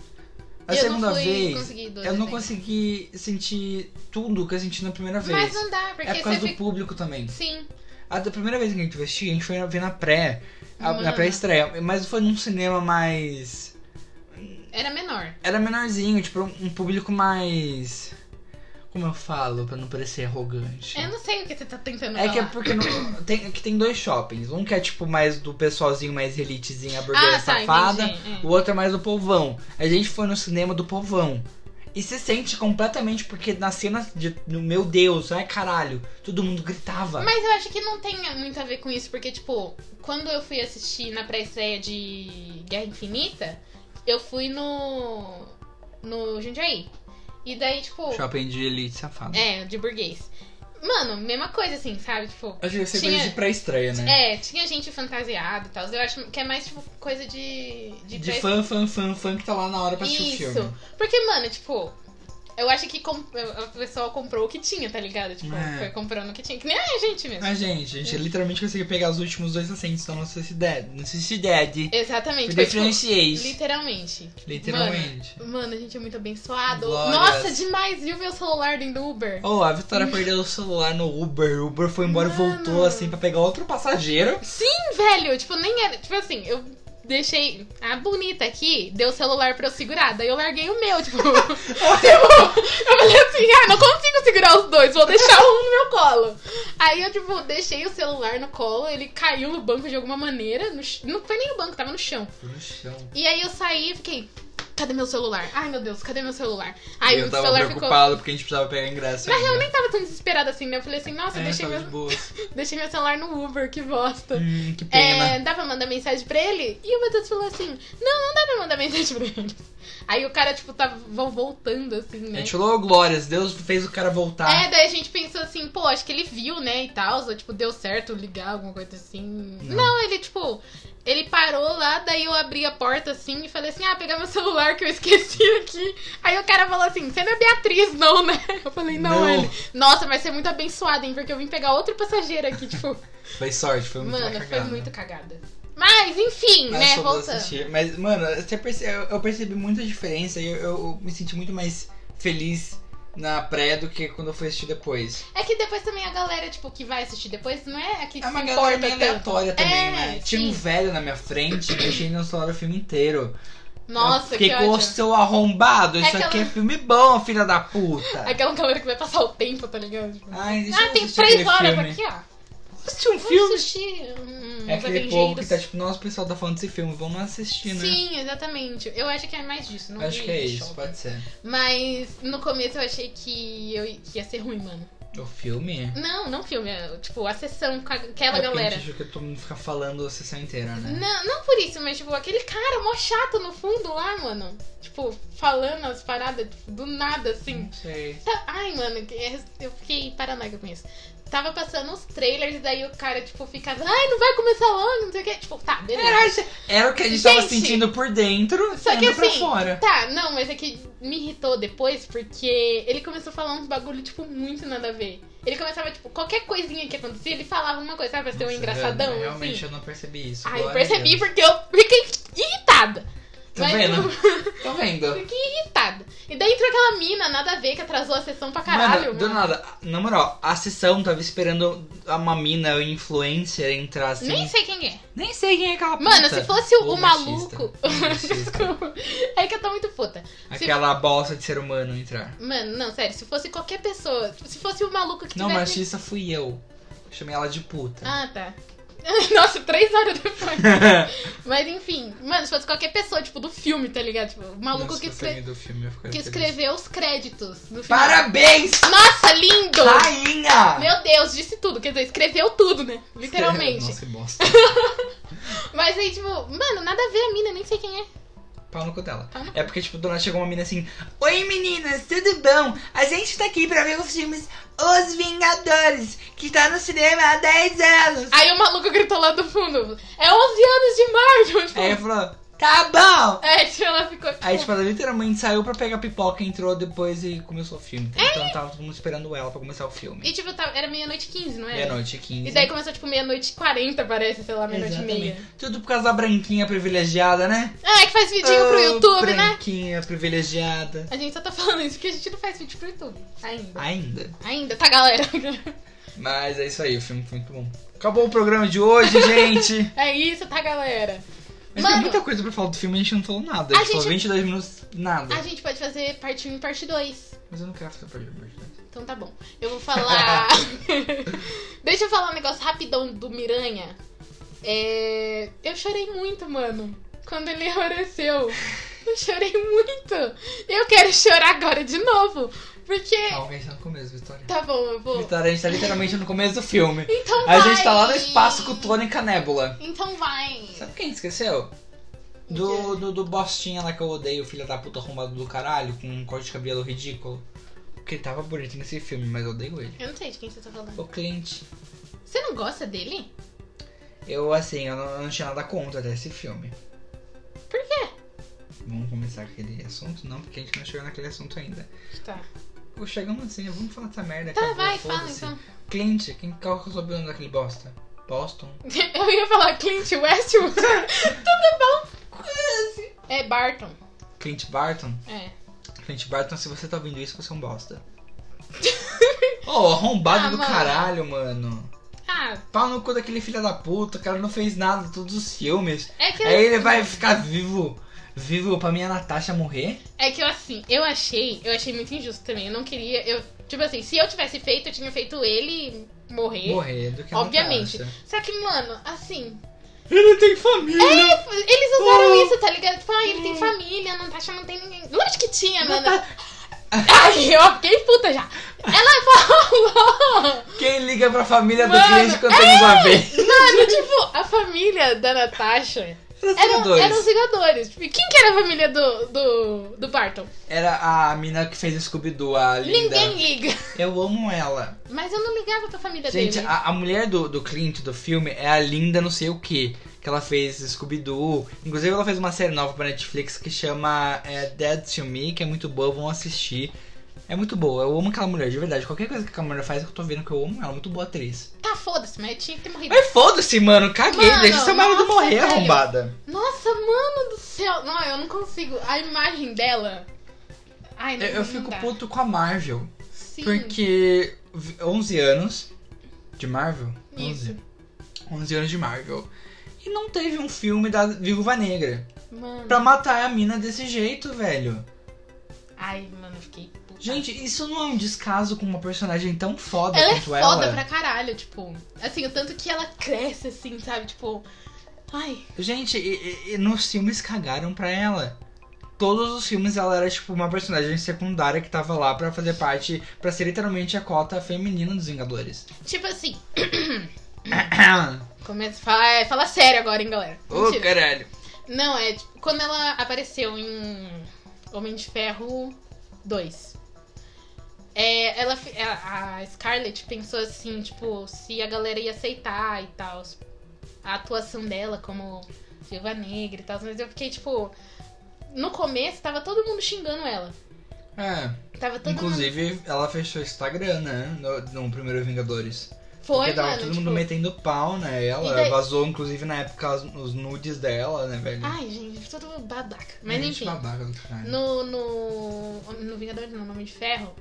A: A
B: eu
A: segunda
B: não fui
A: vez,
B: conseguir duas
A: eu não
B: vezes.
A: consegui sentir tudo que eu senti na primeira vez.
B: Mas não dá, porque
A: é por causa
B: você
A: do
B: fica.
A: público também.
B: Sim.
A: A da primeira vez que a gente foi assistir, a gente foi ver na pré, a- na
B: Mano.
A: pré-estreia. Mas foi num cinema mais...
B: Era menor.
A: Era menorzinho, tipo, um, um público mais... Como eu falo, pra não parecer arrogante?
B: Eu não sei o que você tá tentando
A: É que é
B: falar.
A: porque no- tem, é que tem dois shoppings. Um que é tipo mais do pessoalzinho, mais elitezinho, a burguesa
B: Ah, tá,
A: safada.
B: entendi.
A: O outro é mais do povão. A gente foi no cinema do povão. E se sente completamente porque na cena de. no- Meu Deus, ai caralho. Todo mundo gritava.
B: Mas eu acho que não tem muito a ver com isso, porque, tipo, quando eu fui assistir na pré-estreia de Guerra Infinita, eu fui no. no Jundiaí. E daí, tipo.
A: Shopping de elite safada.
B: É, de burguês. Mano, mesma coisa, assim, sabe? Tipo.
A: Acho que você
B: Tinha-
A: coisa de pré-estreia, né?
B: É, tinha gente fantasiada e tal. Eu acho que é mais, tipo, coisa de.
A: De
B: pré-
A: fã, fã, fã, fã que tá lá na hora pra assistir o
B: Isso.
A: filme.
B: Porque, mano, tipo. Eu acho que com- o pessoal comprou o que tinha, tá ligado? Tipo,
A: É.
B: foi comprando o que tinha. Que nem a gente mesmo.
A: A gente, a gente literalmente conseguiu pegar os últimos dois acentos da nossa cidade. Nossa cidade.
B: Exatamente.
A: Eu
B: Foi, tipo,
A: diferenciei.
B: literalmente.
A: Literalmente.
B: Mano, a gente é muito abençoado.
A: Glórias.
B: Nossa, demais, viu meu celular dentro do Uber?
A: Oh, a Vitória perdeu o celular no Uber. O Uber foi embora e
B: Mano.
A: voltou assim pra pegar outro passageiro.
B: Sim, velho, tipo, nem era. Tipo assim, eu deixei a bonita aqui, deu o celular pra eu segurar, daí eu larguei o meu, tipo. eu, eu falei assim, ah, não consigo segurar os dois, vou deixar um no meu colo. Aí eu, tipo, deixei o celular no colo, ele caiu no banco de alguma maneira. no ch- não foi nem no banco, tava no chão.
A: Foi no chão.
B: E aí eu saí e fiquei. Cadê meu celular? Ai meu Deus, cadê meu celular? Aí
A: eu
B: o
A: tava
B: celular ficou.
A: preocupado porque a gente precisava pegar ingresso.
B: Na
A: ainda.
B: real, eu nem tava tão desesperada assim, né? Eu falei assim, nossa, eu
A: É,
B: deixei,
A: tava
B: meu,
A: de boas.
B: deixei meu celular no Uber, que bosta.
A: Hum, que pena.
B: É, dá pra mandar mensagem pra ele? E o Matheus falou assim: Não, não dá pra mandar mensagem pra ele. Aí o cara, tipo, tá, vão voltando, assim,
A: A
B: né?
A: gente falou glórias. Deus fez o cara voltar.
B: É, daí a gente pensou assim, pô, acho que ele viu, né, e tal, ou tipo, deu certo ligar, alguma coisa assim. Não,
A: Não.
B: ele, tipo, ele parou lá, daí eu abri a porta, assim, e falei assim, ah, pegar meu celular que eu esqueci aqui. Aí o cara falou assim, você não é Beatriz, não, né? Eu falei, não,
A: Não.
B: ele. Nossa, mas você é muito abençoada, hein, porque eu vim pegar outro passageiro aqui, tipo.
A: Foi sorte, foi muito
B: Mano, foi
A: cagada.
B: muito cagada. Mas, enfim,
A: Mas
B: né,
A: só pra
B: voltando.
A: assistir. Mas, mano, você perce- eu, eu percebi muita diferença e eu, eu me senti muito mais feliz na pré do que quando eu fui assistir depois.
B: É que depois também a galera, tipo, que vai assistir depois, não é aqui que
A: É uma
B: se
A: galera
B: importa
A: meio
B: tanto.
A: aleatória também,
B: É,
A: né? Tinha um
B: sim.
A: velho na minha frente, mexendo no celular o filme inteiro. eu
B: Nossa,
A: fiquei
B: que
A: com o
B: ódio.
A: seu arrombado,
B: É
A: isso
B: aquela-
A: aqui é filme bom, filha da puta.
B: Aquela galera É que vai passar o tempo, tá ligado? Tipo,
A: Ai, deixa
B: ah,
A: eu
B: tem
A: assistir
B: três
A: é aquele
B: horas
A: filme.
B: aqui, ó.
A: Assistir um
B: Vamos
A: filme?
B: assistir hum,
A: É
B: Os
A: aquele
B: Avengeiros.
A: povo que tá tipo, nossa, o pessoal tá falando desse filme, vamos assistir, né?
B: Sim, exatamente. Eu acho que é mais disso, não
A: Acho
B: me
A: que é isso,
B: choca.
A: pode ser.
B: Mas no começo eu achei que, eu, que ia ser ruim, mano.
A: O filme?
B: Não, não filme, é, tipo, a sessão com aquela
A: é porque A
B: galera.
A: gente achou que todo mundo fica falando a sessão inteira, né?
B: Não, não por isso, mas tipo, aquele cara mó chato no fundo lá, mano. Tipo, falando as paradas tipo, do nada, assim.
A: Não sei.
B: Tá- Ai, mano, que- é- eu fiquei paranoica com isso. Tava passando os trailers e daí o cara, tipo, ficava, ai, não vai começar logo, não sei o que. Tipo, tá, beleza.
A: Era o que a gente,
B: Gente,
A: tava sentindo por dentro,
B: Só que
A: saindo pra
B: assim,
A: fora.
B: tá, não, mas é que me irritou depois porque ele começou a falar uns bagulho, tipo, muito nada a ver. Ele começava, tipo, qualquer coisinha que acontecia, ele falava uma coisa, sabe, pra ser um
A: Nossa,
B: engraçadão.
A: Jana,
B: assim.
A: Realmente eu não percebi isso.
B: Ai, eu
A: glória a
B: percebi
A: Deus.
B: porque eu fiquei irritada.
A: Tô
B: Mas,
A: Tá vendo,
B: tipo,
A: tô vendo.
B: fiquei irritada. E daí entrou aquela mina, nada a ver, que atrasou a sessão pra caralho.
A: Mano, do
B: mano.
A: nada, na moral, a sessão tava esperando uma mina um influencer entrar assim.
B: Nem sei quem é.
A: Nem sei quem é aquela puta.
B: Mano, se fosse o,
A: Ou
B: o
A: machista.
B: maluco.
A: Ou machista.
B: Desculpa. É que eu tô muito puta. Se-
A: Aquela bosta de ser humano entrar.
B: Mano, não, sério, se fosse qualquer pessoa. tipo, Se fosse o maluco que
A: Não,
B: tivesse.
A: machista fui eu. Chamei ela de puta.
B: Ah, tá. Nossa, três horas depois. Mas enfim, mano, se fosse qualquer pessoa, tipo, do filme, tá ligado? Tipo, o maluco
A: Nossa,
B: que,
A: eu
B: escre-
A: terminei do filme, eu fiquei
B: que
A: feliz.
B: escreveu os créditos do filme.
A: Parabéns,
B: Nossa, lindo!
A: rainha!
B: Meu Deus, disse tudo. Quer dizer, escreveu tudo, né? Literalmente.
A: Nossa, que bosta.
B: Mas aí, tipo, mano, nada a ver a mina, nem sei quem é.
A: Pau no cu dela.
B: Pau no
A: É porque, tipo, do nada chegou uma mina assim: Oi meninas, tudo bom? A gente tá aqui pra ver os filmes Os Vingadores, que tá no cinema há 10 anos.
B: Aí o maluco gritou lá do fundo: É 11 anos de Marvel! Tipo,
A: Aí ela falou: Tá bom!
B: É, tipo, ela ficou. Tipo,
A: Aí, tipo, ela literalmente saiu pra pegar pipoca, entrou depois e começou o filme.
B: É.
A: Então tava todo mundo esperando ela pra começar o filme.
B: E tipo, tava- era meia-noite e 15, não era?
A: Meia-noite, 15.
B: é. E daí começou tipo meia-noite e 40, parece, sei lá, meia-noite e meia.
A: Exatamente. Tudo por causa da branquinha privilegiada, né?
B: É, que faz vidinho pro
A: Ô,
B: YouTube, né?
A: Branquinha privilegiada.
B: A gente só tá falando isso porque a gente não faz vídeo pro YouTube. Ainda.
A: Ainda.
B: Ainda, tá, galera?
A: Mas é isso aí, o filme foi muito bom. Acabou o programa de hoje, gente.
B: É isso, tá, galera?
A: Mas
B: Mano.
A: tem muita coisa pra falar do filme, a gente não falou nada.
B: A
A: A gente falou
B: gente-
A: 22 minutos, nada.
B: A gente pode fazer parte 1 e parte 2.
A: Mas eu não quero ficar perdendo parte dois.
B: Então tá bom. Eu vou falar. Deixa eu falar um negócio rapidão do Miranha. É... Eu chorei muito, mano. Quando ele apareceu. Eu chorei muito. Eu quero chorar agora de novo. Porque.
A: Calma, a gente tá no começo, Vitória.
B: É. Tá bom, eu vou.
A: Vitória, a gente tá literalmente no começo do filme.
B: Então vai.
A: A gente tá lá no espaço com o Tony e com a Nebula.
B: Então vai.
A: Sabe quem esqueceu? Do, do, do bostinha lá que eu odeio, filha da puta arrombado do caralho, com um corte de cabelo ridículo. Porque ele tava bonito nesse filme, mas eu odeio ele.
B: Eu não sei de quem você tá falando.
A: O Clint.
B: Você não gosta dele?
A: Eu, assim, eu não, eu não tinha nada contra desse filme.
B: Por quê?
A: vamos começar aquele assunto? Não, porque a gente não chegou naquele assunto ainda.
B: Tá.
A: Pô, chegamos assim, vamos falar dessa merda.
B: Tá,
A: acabou,
B: vai, fala
A: foda-se.
B: então.
A: Clint, quem qual que eu soube o nome daquele bosta? Boston?
B: Eu ia falar Clint Westwood. Tudo bom? Quase. É Barton.
A: Clint Barton?
B: É.
A: Clint Barton, se você tá ouvindo isso, você é um bosta. Ô, arrombado
B: Ah,
A: do
B: mano.
A: caralho, mano.
B: Ah,
A: Pau no cu daquele filho da puta, o cara não fez nada em todos os filmes.
B: é que,
A: Aí ele vai ficar vivo, vivo pra minha Natasha morrer?
B: é que eu assim, eu achei, eu achei muito injusto também. Eu não queria, eu, tipo assim, se eu tivesse feito, eu tinha feito ele morrer.
A: Morrer do que é a
B: Obviamente.
A: Natasha.
B: Só que, mano, assim,
A: Ele tem
B: É?
A: família!
B: eles usaram
A: Ah.
B: isso, tá ligado? Tipo, ah,
A: Hum.
B: ele tem família, Natasha não tem ninguém. Lógico que tinha, mano.
A: Nata-
B: Ai, eu fiquei puta já. Ela falou.
A: Quem liga pra família do
B: Mano, é?
A: cliente cantando uma vez?
B: Mano, tipo, a família da Natasha
A: é
B: eram, eram os Vingadores. Tipo, e Quem que era a família do, do, do Barton?
A: Era a mina que fez o Scooby-Doo, a linda.
B: Ninguém liga.
A: Eu amo ela.
B: Mas eu não ligava pra família
A: Gente,
B: dele.
A: a, a mulher do, do Clint, do filme, é a linda não sei o que. Que ela fez Scooby-Doo. Inclusive, ela fez uma série nova pra Netflix que chama é, Dead to Me, que é muito boa, vão assistir. É muito boa, eu amo aquela mulher, de verdade. Qualquer coisa que aquela mulher faz, eu tô vendo que eu amo ela. Muito boa atriz.
B: Tá foda-se, mas tinha que ter morrido.
A: Mas foda-se, mano. Caguei,
B: Mano,
A: deixa essa maluca
B: nossa,
A: morrer,
B: velho.
A: arrombada.
B: Nossa, mano do céu. Não, eu não consigo. A imagem dela. Ai, não
A: Eu, eu
B: não
A: fico
B: dá.
A: puto com a Marvel.
B: Sim.
A: Porque vi- 11 anos de Marvel?
B: Isso.
A: 11. 11 anos de Marvel. E não teve um filme da Viúva Negra.
B: Uhum. Mano.
A: Pra matar a mina desse jeito, velho.
B: Ai, mano, eu fiquei puta.
A: Gente, isso não é um descaso com uma personagem tão foda
B: ela é
A: quanto
B: foda
A: ela.
B: pra caralho, tipo. Assim, o tanto que ela cresce, assim, sabe? Tipo. Ai.
A: Gente, e- e- e nos filmes cagaram pra ela. Todos os filmes ela era tipo uma personagem secundária que tava lá pra fazer parte, pra ser literalmente a cota feminina dos Vingadores.
B: Tipo assim. Começa a falar. é, fala sério agora, hein, galera.
A: Ô,
B: Mentira.
A: caralho.
B: Não, é tipo, quando ela apareceu em Homem de Ferro 2. É, ela, fi- a a Scarlett pensou assim, tipo, se a galera ia aceitar e tal. A atuação dela como Viúva Negra e tal. Mas eu fiquei, tipo... No começo, tava todo mundo xingando ela.
A: É.
B: Tava todo
A: Inclusive, ela fechou o Instagram, né? No, no primeiro Vingadores.
B: mundo... Foi,
A: Porque tava
B: mano.
A: todo
B: tipo,
A: mundo metendo pau nela.
B: E daí-
A: Vazou, inclusive, na época, as- os nudes dela, né, velho?
B: Ai, gente, todo babaca. Ah, Mas
A: É, Gente
B: enfim.
A: babaca do caralho.
B: no, no, no Vingadores, no Homem de Ferro,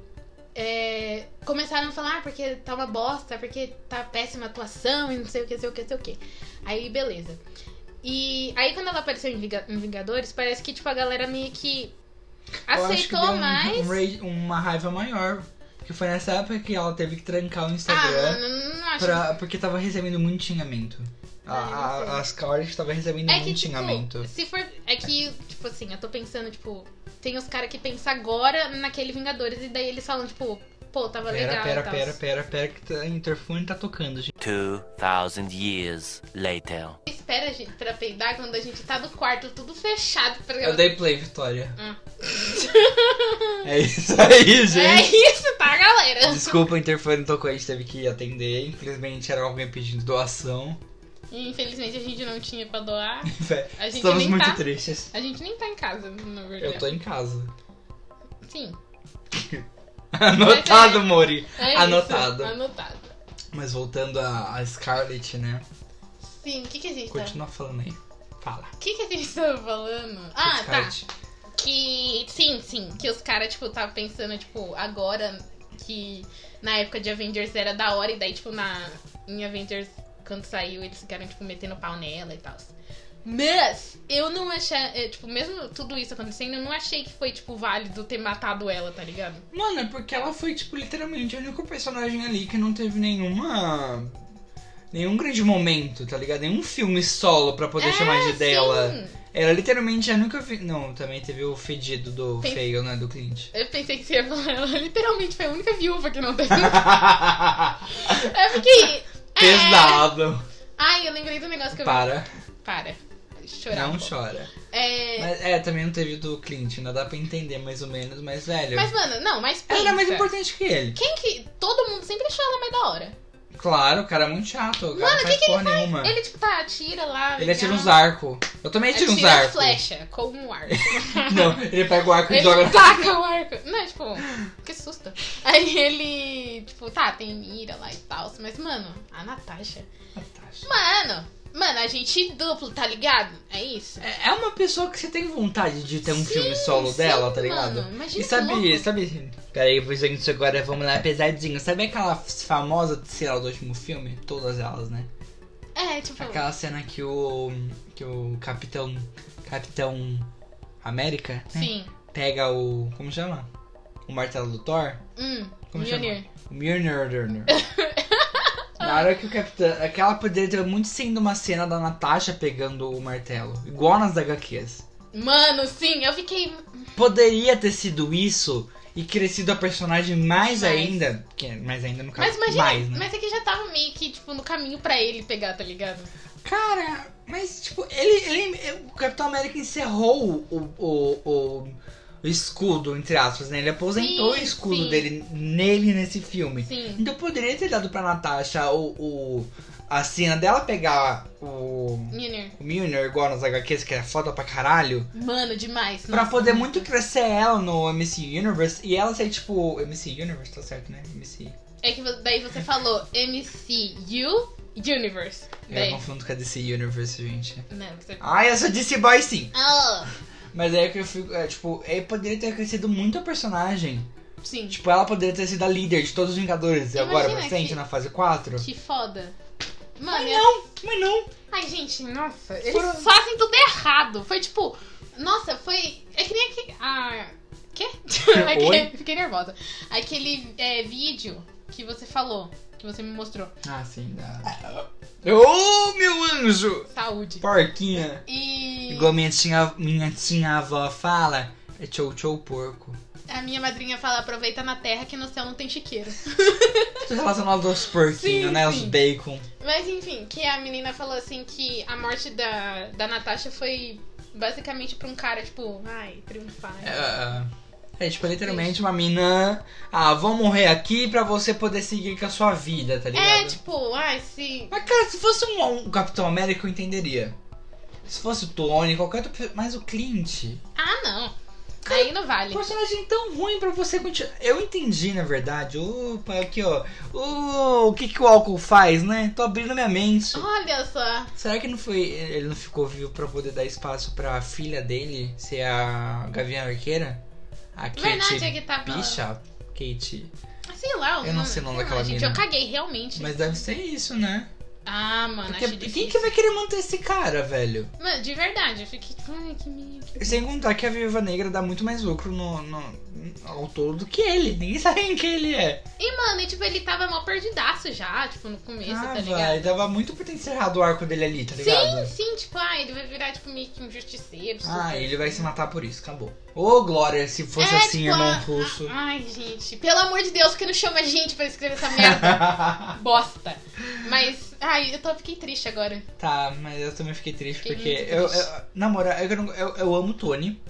B: é, começaram a falar "Ah, porque tá uma bosta, porque tá péssima atuação e não sei o que, sei o que, sei o que. Aí, beleza. E aí, quando ela apareceu em Viga- em Vingadores, parece que, tipo, a galera meio que
A: Eu acho que
B: aceitou
A: deu um-
B: mais.
A: um rage- uma raiva maior. Que foi nessa época que ela teve que trancar o
B: ah,
A: Instagram.
B: mano, não acho
A: né? pra- porque tava recebendo muito xingamento. A,
B: Ah, eu
A: a, a Scarlett tava recebendo
B: É
A: muito
B: que,
A: xingamento.
B: tipo, se for... É que, tipo assim, eu tô pensando, tipo... Tem os caras que pensam agora naquele Vingadores e daí eles falam, tipo... Pô, tava
A: Pera,
B: legal
A: pera,
B: e tal.
A: pera, pera, pera, que tá- o interfone tá tocando, gente.
C: 2,000 years later.
B: espera a gente pra peidar quando a gente tá no quarto, tudo fechado. Pra...
A: Eu dei play, Vitória.
B: Ah.
A: É isso aí,
B: É
A: gente.
B: isso, tá, galera?
A: Desculpa, o interfone tocou, a gente teve que atender. Infelizmente era alguém pedindo doação.
B: Infelizmente a gente não tinha pra doar. A gente
A: Estamos
B: nem
A: muito
B: tá.
A: tristes.
B: A gente nem tá em casa, na verdade.
A: Eu tô em casa.
B: Sim.
A: Anotado, Mori.
B: é
A: Anotado.
B: Isso, anotado.
A: Mas voltando a, a Scarlett, né?
B: Sim, o que, que a gente tá.
A: Continua falando aí. Fala.
B: O que, que a gente tava falando? Ah, tá.
A: Scarlett.
B: Que. Sim, sim. Que os caras, tipo, tava pensando, tipo, agora que na época de Avengers era da hora, e daí, tipo, na. Em Avengers, quando saiu, eles ficaram, tipo, metendo pau nela e tal. Mas eu não achei. é, Tipo, mesmo tudo isso acontecendo, eu não achei que foi, tipo, válido ter matado ela, tá ligado?
A: Mano, é porque ela foi, tipo, literalmente a única personagem ali que não teve nenhuma. Nenhum grande momento, tá ligado? Nenhum filme solo pra poder chamar de dela.
B: É, Ah, Sim.
A: Era literalmente a única. Vi... Não, também teve o fedido do
B: Tem-
A: feio, né? Do Clint.
B: Eu pensei que você ia falar. Ela literalmente foi a única viúva que não teve. eu fiquei. é.
A: Pesado.
B: Ai, eu lembrei do negócio que eu
A: Para.
B: vi. Para. Chorar.
A: Não
B: um pouco.
A: chora.
B: É.
A: Mas, é, também não teve do Clint, ainda dá pra entender mais ou menos, mas velho.
B: Mas, mano, não, mas
A: ela era mais
B: pensa.
A: importante que ele.
B: Quem que. Todo mundo sempre achou ela mais da hora.
A: Claro, o cara é muito chato. O cara não faz porra nenhuma.
B: Ele, tipo, tá, atira lá.
A: Ele atira
B: legal.
A: uns arcos. Eu também atiro uns
B: Atira a
A: arcos.
B: flecha com um arco.
A: Não, ele pega o arco e
B: Ele
A: joga no
B: taca o arco. Não, tipo, que susto. Aí ele, tipo, tá, tem mira lá e tal. Mas, mano, a Natasha. Mano, mano, a gente duplo, tá ligado? É isso?
A: É é uma pessoa que você tem vontade de ter um
B: Sim,
A: filme solo
B: sim,
A: dela, tá ligado?
B: Mano,
A: E
B: imagina que
A: sabe,
B: louco.
A: sabe, peraí, eu vou dizer isso agora, vamos lá, é pesadinho. Sabe aquela famosa cena do último filme? Todas elas, né?
B: É, tipo,
A: Aquela cena que o. que o Capitão. Capitão América né?
B: sim.
A: pega o. como chama? O martelo do Thor?
B: Hum,
A: Como chama?
B: Mjolnir.
A: O Mjolnir. Na hora que o Capitão. Aquela poderia ter muito sendo uma cena da Natasha pegando o martelo. Igual nas HQs.
B: Mano, sim, eu fiquei.
A: Poderia ter sido isso e crescido a personagem mais
B: Mais.
A: ainda. Que é mais ainda no caso.
B: Mas imagina,
A: mais, né?
B: mas é que já tava meio que, tipo, no caminho pra ele pegar, tá ligado?
A: Cara, mas tipo, ele, ele- O Capitão América encerrou o, o, o, o escudo, entre aspas, né? Ele aposentou
B: Sim,
A: o escudo
B: sim.
A: dele nele nesse filme.
B: Sim.
A: Então poderia ter dado pra Natasha o, o, a cena dela pegar o.
B: Mjolnir.
A: O Mjolnir, igual nas HQs, que é foda pra caralho.
B: Mano, demais.
A: Pra
B: nossa.
A: poder muito crescer ela no MC Universe. E ela ser tipo. MC Universe, tá certo, né? MC.
B: É que vo- daí você falou MCU Universe.
A: Eu
B: Daí.
A: confundo com a DC Universe, gente.
B: Não, você.
A: É, Ah, eu sou DC Boy sim.
B: Ah!
A: Mas é que eu fico, é, tipo, é, poderia ter crescido muito a personagem.
B: Sim.
A: Tipo, ela poderia ter sido a líder de todos os Vingadores. E agora,
B: Imagina
A: presente,
B: que-
A: na fase 4.
B: Que foda. Mano,
A: Mas
B: eu-
A: não, mas não.
B: ai, gente, nossa, eles
A: Foram-
B: fazem tudo errado. Foi tipo, nossa, foi. É que nem aquele. Ah. Quê?
A: Oi?
B: Aquele- Fiquei nervosa. Aquele é, vídeo que você falou, que você me mostrou.
A: Ah, sim, dá. Ô, meu anjo!
B: Saúde.
A: Porquinha.
B: E
A: Igual minha tia, minha tia avó fala, é tchou tchou porco.
B: a minha madrinha fala: aproveita na terra que no céu não tem chiqueiro.
A: Tudo relacionado aos porquinhos,
B: Sim,
A: né? Os
B: sim.
A: bacon.
B: Mas enfim, que a menina falou assim que a morte da, da Natasha foi basicamente pra um cara, tipo, ai, triunfar. É,
A: É, é, tipo, literalmente uma mina... Ah, vou morrer aqui pra você poder seguir com a sua vida, tá ligado?
B: É, tipo, ai, se.
A: Mas, cara, se fosse um, um Capitão América, eu entenderia. Se fosse o Tony, qualquer outro. pe- Mas o Clint. Um
B: Ah, não. Aí não vale.
A: Personagem tão ruim pra você continuar. Eu entendi, na verdade. Opa, aqui, ó. O, o que, que o álcool faz, né? Tô abrindo minha mente.
B: Olha só.
A: Será que não foi. Ele não ficou vivo pra poder dar espaço pra filha dele ser a Gavião Arqueira? A
B: Verdade é
A: Kate
B: que tava.
A: Bishop? Kate.
B: Sei lá, o
A: Eu não sei o nome daquela
B: Gente,
A: mina.
B: eu caguei, realmente.
A: Mas deve ser isso, né?
B: Ah, mano,
A: Porque
B: achei
A: quem
B: difícil.
A: que vai querer manter esse cara, velho?
B: Mano, de verdade, eu fiquei. Ai, que minha.
A: Sem contar que a Viúva Negra dá muito mais lucro no, no- ao todo do que ele. Ninguém sabe quem que ele é.
B: E, mano, e, tipo, ele tava mó perdidaço já, tipo, no começo,
A: ah,
B: tá ligado?
A: vai. Dava muito pra ter encerrado o arco dele ali, tá
B: Sim,
A: ligado?
B: sim, tipo, ah, ele vai virar, tipo, meio que um justiceiro.
A: Ah,
B: super-
A: ele vai se matar por isso. Acabou. Ô, Glória, se fosse
B: É,
A: assim,
B: tipo,
A: irmão
B: ah,
A: russo.
B: ah, Ai, gente, pelo amor de Deus, que não chama a gente pra escrever essa merda. Bosta. Mas, ai, eu tô, fiquei triste agora.
A: tá, mas eu também fiquei triste
B: Fiquei
A: porque.
B: muito
A: Eu,
B: triste.
A: eu- na moral, é eu, não- eu, eu amo o Tony.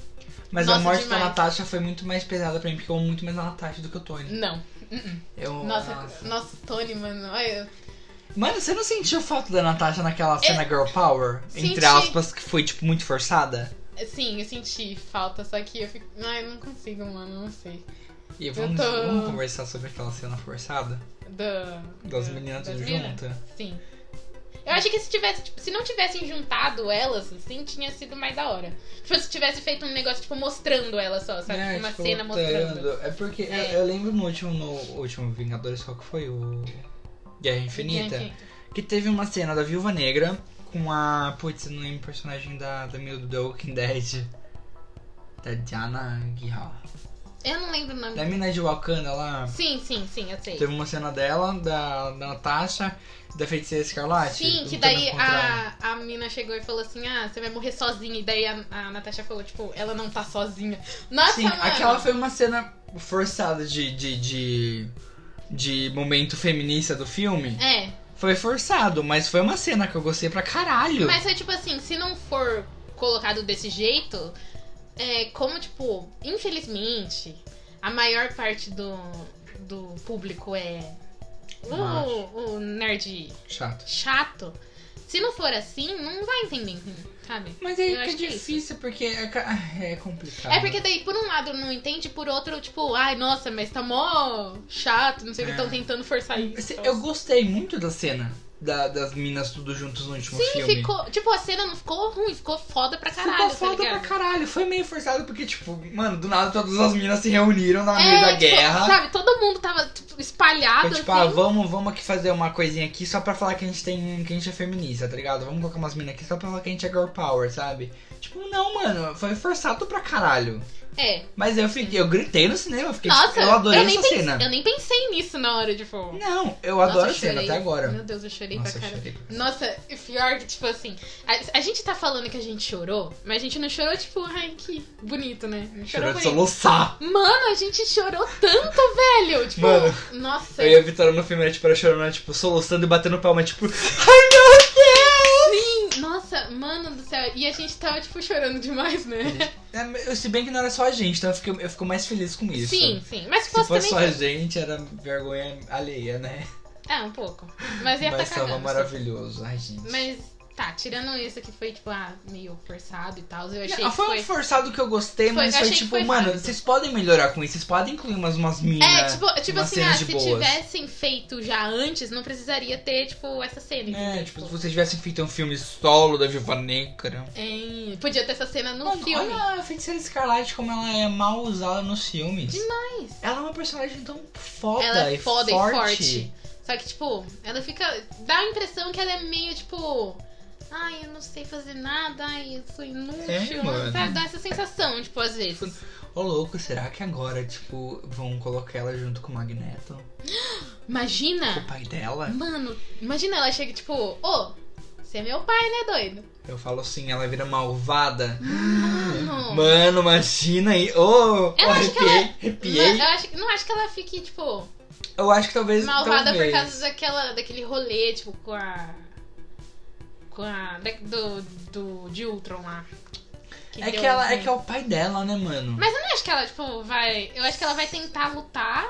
A: Mas a
B: Nossa,
A: morte da
B: demais.
A: Natasha foi muito mais pesada pra mim, porque eu amo muito mais a Natasha do que o Tony.
B: Não. Uh-uh.
A: Eu,
B: Nossa, nossa, Tony, mano. Olha,
A: Mano, você não sentiu falta da Natasha naquela cena Girl Power?
B: Senti.
A: Entre aspas, que foi, tipo, muito forçada?
B: sim, eu senti falta, só que eu fico. Ai, eu não consigo, mano, não sei.
A: E vamos,
B: tô-
A: vamos conversar sobre aquela cena forçada?
B: Da,
A: Das
B: da-
A: meninas
B: das
A: tudo
B: meninas.
A: juntas.
B: Sim. Eu acho que se tivesse, tipo, se não tivessem juntado elas, assim, tinha sido mais da hora. Tipo, se tivesse feito um negócio, tipo, mostrando elas só, sabe?
A: É,
B: Tipo, Uma
A: tipo,
B: cena mostrando.
A: lutando. É porque eu-
B: É.
A: Eu, lembro no último, no último Vingadores, qual que foi? O Guerra Infinita. Que teve uma cena da Viúva Negra com a... Putz, eu não lembro o personagem da, da Mil do The Walking Dead. Da Diana Guihal.
B: Eu não lembro o nome.
A: Da mina de Wakanda lá.
B: Sim, sim, sim, eu sei.
A: Teve uma cena dela, da, da Natasha, da Feiticeira Escarlate.
B: Sim, que
A: lutando
B: daí
A: contra-
B: a, a mina chegou e falou assim: Ah, você vai morrer sozinha. E daí a, a Natasha falou: Tipo, ela não tá sozinha. Nossa,
A: Sim,
B: mano.
A: aquela foi uma cena forçada de, de, de, de momento feminista do filme.
B: É,
A: Foi forçado, mas foi uma cena que eu gostei pra caralho.
B: mas foi tipo assim: se não for colocado desse jeito, é como, tipo, infelizmente, a maior parte do, do público é
A: Macho.
B: o, o nerd
A: Chato.
B: chato, se não for assim, não vai entender, sabe?
A: Mas aí que
B: Eu
A: é
B: acho que é
A: difícil, porque é, ca- é complicado.
B: É porque daí, por um lado, não entende, por outro, tipo, ai, nossa, mas tá mó chato, não sei o que,
A: É.
B: estão tentando forçar isso.
A: Esse- Eu gostei muito da cena da- das minas tudo juntas no último
B: Sim,
A: filme.
B: ficou. Tipo, a cena não ficou ruim, ficou foda pra
A: Ficou
B: caralho. tá
A: foda pra
B: ligado?
A: caralho. Foi meio forçado porque, tipo, mano, do nada todas as minas se reuniram na
B: É,
A: mesa da
B: tipo,
A: guerra.
B: Sabe, todo mundo tava tipo, espalhado
A: Foi tipo, ah,
B: assim.
A: vamos, vamos aqui fazer uma coisinha aqui só pra falar que a gente tem. que a gente é feminista, tá ligado? Vamos colocar umas minas aqui só pra falar que a gente é girl power, sabe? Tipo, não, mano, foi forçado pra caralho.
B: É.
A: Mas eu fiquei, eu gritei no cinema, eu fiquei, tipo,
B: Nossa,
A: eu adorei
B: nem
A: essa
B: pensei,
A: cena.
B: eu nem pensei nisso na hora, tipo.
A: Não, eu
B: Nossa,
A: adoro
B: eu
A: a cena
B: chorei.
A: até agora.
B: Meu Deus, eu chorei
A: Nossa,
B: pra
A: eu
B: caralho.
A: chorei.
B: Nossa, e pior que, tipo assim, a, a gente tá falando que a gente chorou, mas a gente não chorou, tipo, ai, que bonito, né? Não
A: Chorou de
B: bonito.
A: soluçar.
B: Mano, a gente chorou tanto, velho. Tipo,
A: Mano,
B: nossa.
A: Eu e a Vitória no filme era tipo, ela chorando, tipo, soluçando e batendo palma, tipo, ai meu
B: Sim, assim, nossa, mano do céu. E a gente tava, tipo, chorando demais, né?
A: Deus! É, se bem que não era só a gente, então eu fico, eu fico mais feliz com isso.
B: Sim, sim. Mas se
A: Se
B: fosse,
A: fosse só
B: também.
A: a gente, era vergonha alheia, né?
B: Ah, um pouco. Mas ia
A: Mas
B: tá
A: tava
B: cagando.
A: maravilhoso. Ai, gente.
B: Mas tá, tirando isso que foi, tipo, ah, meio forçado e tal, eu achei
A: Não,
B: que
A: foi
B: foi.
A: um forçado que eu gostei,
B: Foi,
A: mas foi
B: eu achei que
A: tipo,
B: foi
A: mano,
B: válido.
A: vocês podem melhorar com isso, vocês podem incluir umas, umas minas.
B: É, tipo, tipo
A: umas
B: assim,
A: cenas
B: ah,
A: né? de
B: se
A: boas.
B: tivessem feito já antes, não precisaria ter, tipo, essa cena.
A: É,
B: entendeu?
A: tipo, se vocês tivessem feito um filme solo da Viúva Negra.
B: É, podia ter essa cena no
A: Mano,
B: filme.
A: Olha a feiticeira Escarlate como ela é mal usada nos filmes.
B: Demais.
A: Ela é uma personagem tão foda
B: ela é
A: e
B: foda
A: forte.
B: e forte. Só que, tipo, ela fica. Dá a impressão que ela é meio, tipo. Ai, eu não sei fazer nada, ai, eu sou
A: É,
B: inútil.
A: mano.
B: sabe? Dá essa sensação, tipo, às vezes.
A: Ô louco, será que agora, tipo, vão colocar ela junto com o Magneto? O
B: Imagina!
A: pai dela?
B: Mano, imagina ela chega, tipo, ô, você é meu pai, né, doido?
A: Eu falo assim, ela vira malvada.
B: Mano.
A: Mano, imagina aí. Ô,
B: Eu
A: oh,
B: acho que é
A: arrepiei, arrepiei.
B: Eu acho, não acho que ela fique, tipo,
A: Eu acho que talvez.
B: malvada
A: talvez.
B: por causa daquela, daquele rolê, tipo, com a. Com a. da- do, do. de Ultron lá.
A: É que
B: deu um
A: ela é
B: ruim.
A: que é o pai dela, né, mano?
B: Mas eu não acho que ela, tipo, vai. Eu acho que ela vai tentar lutar,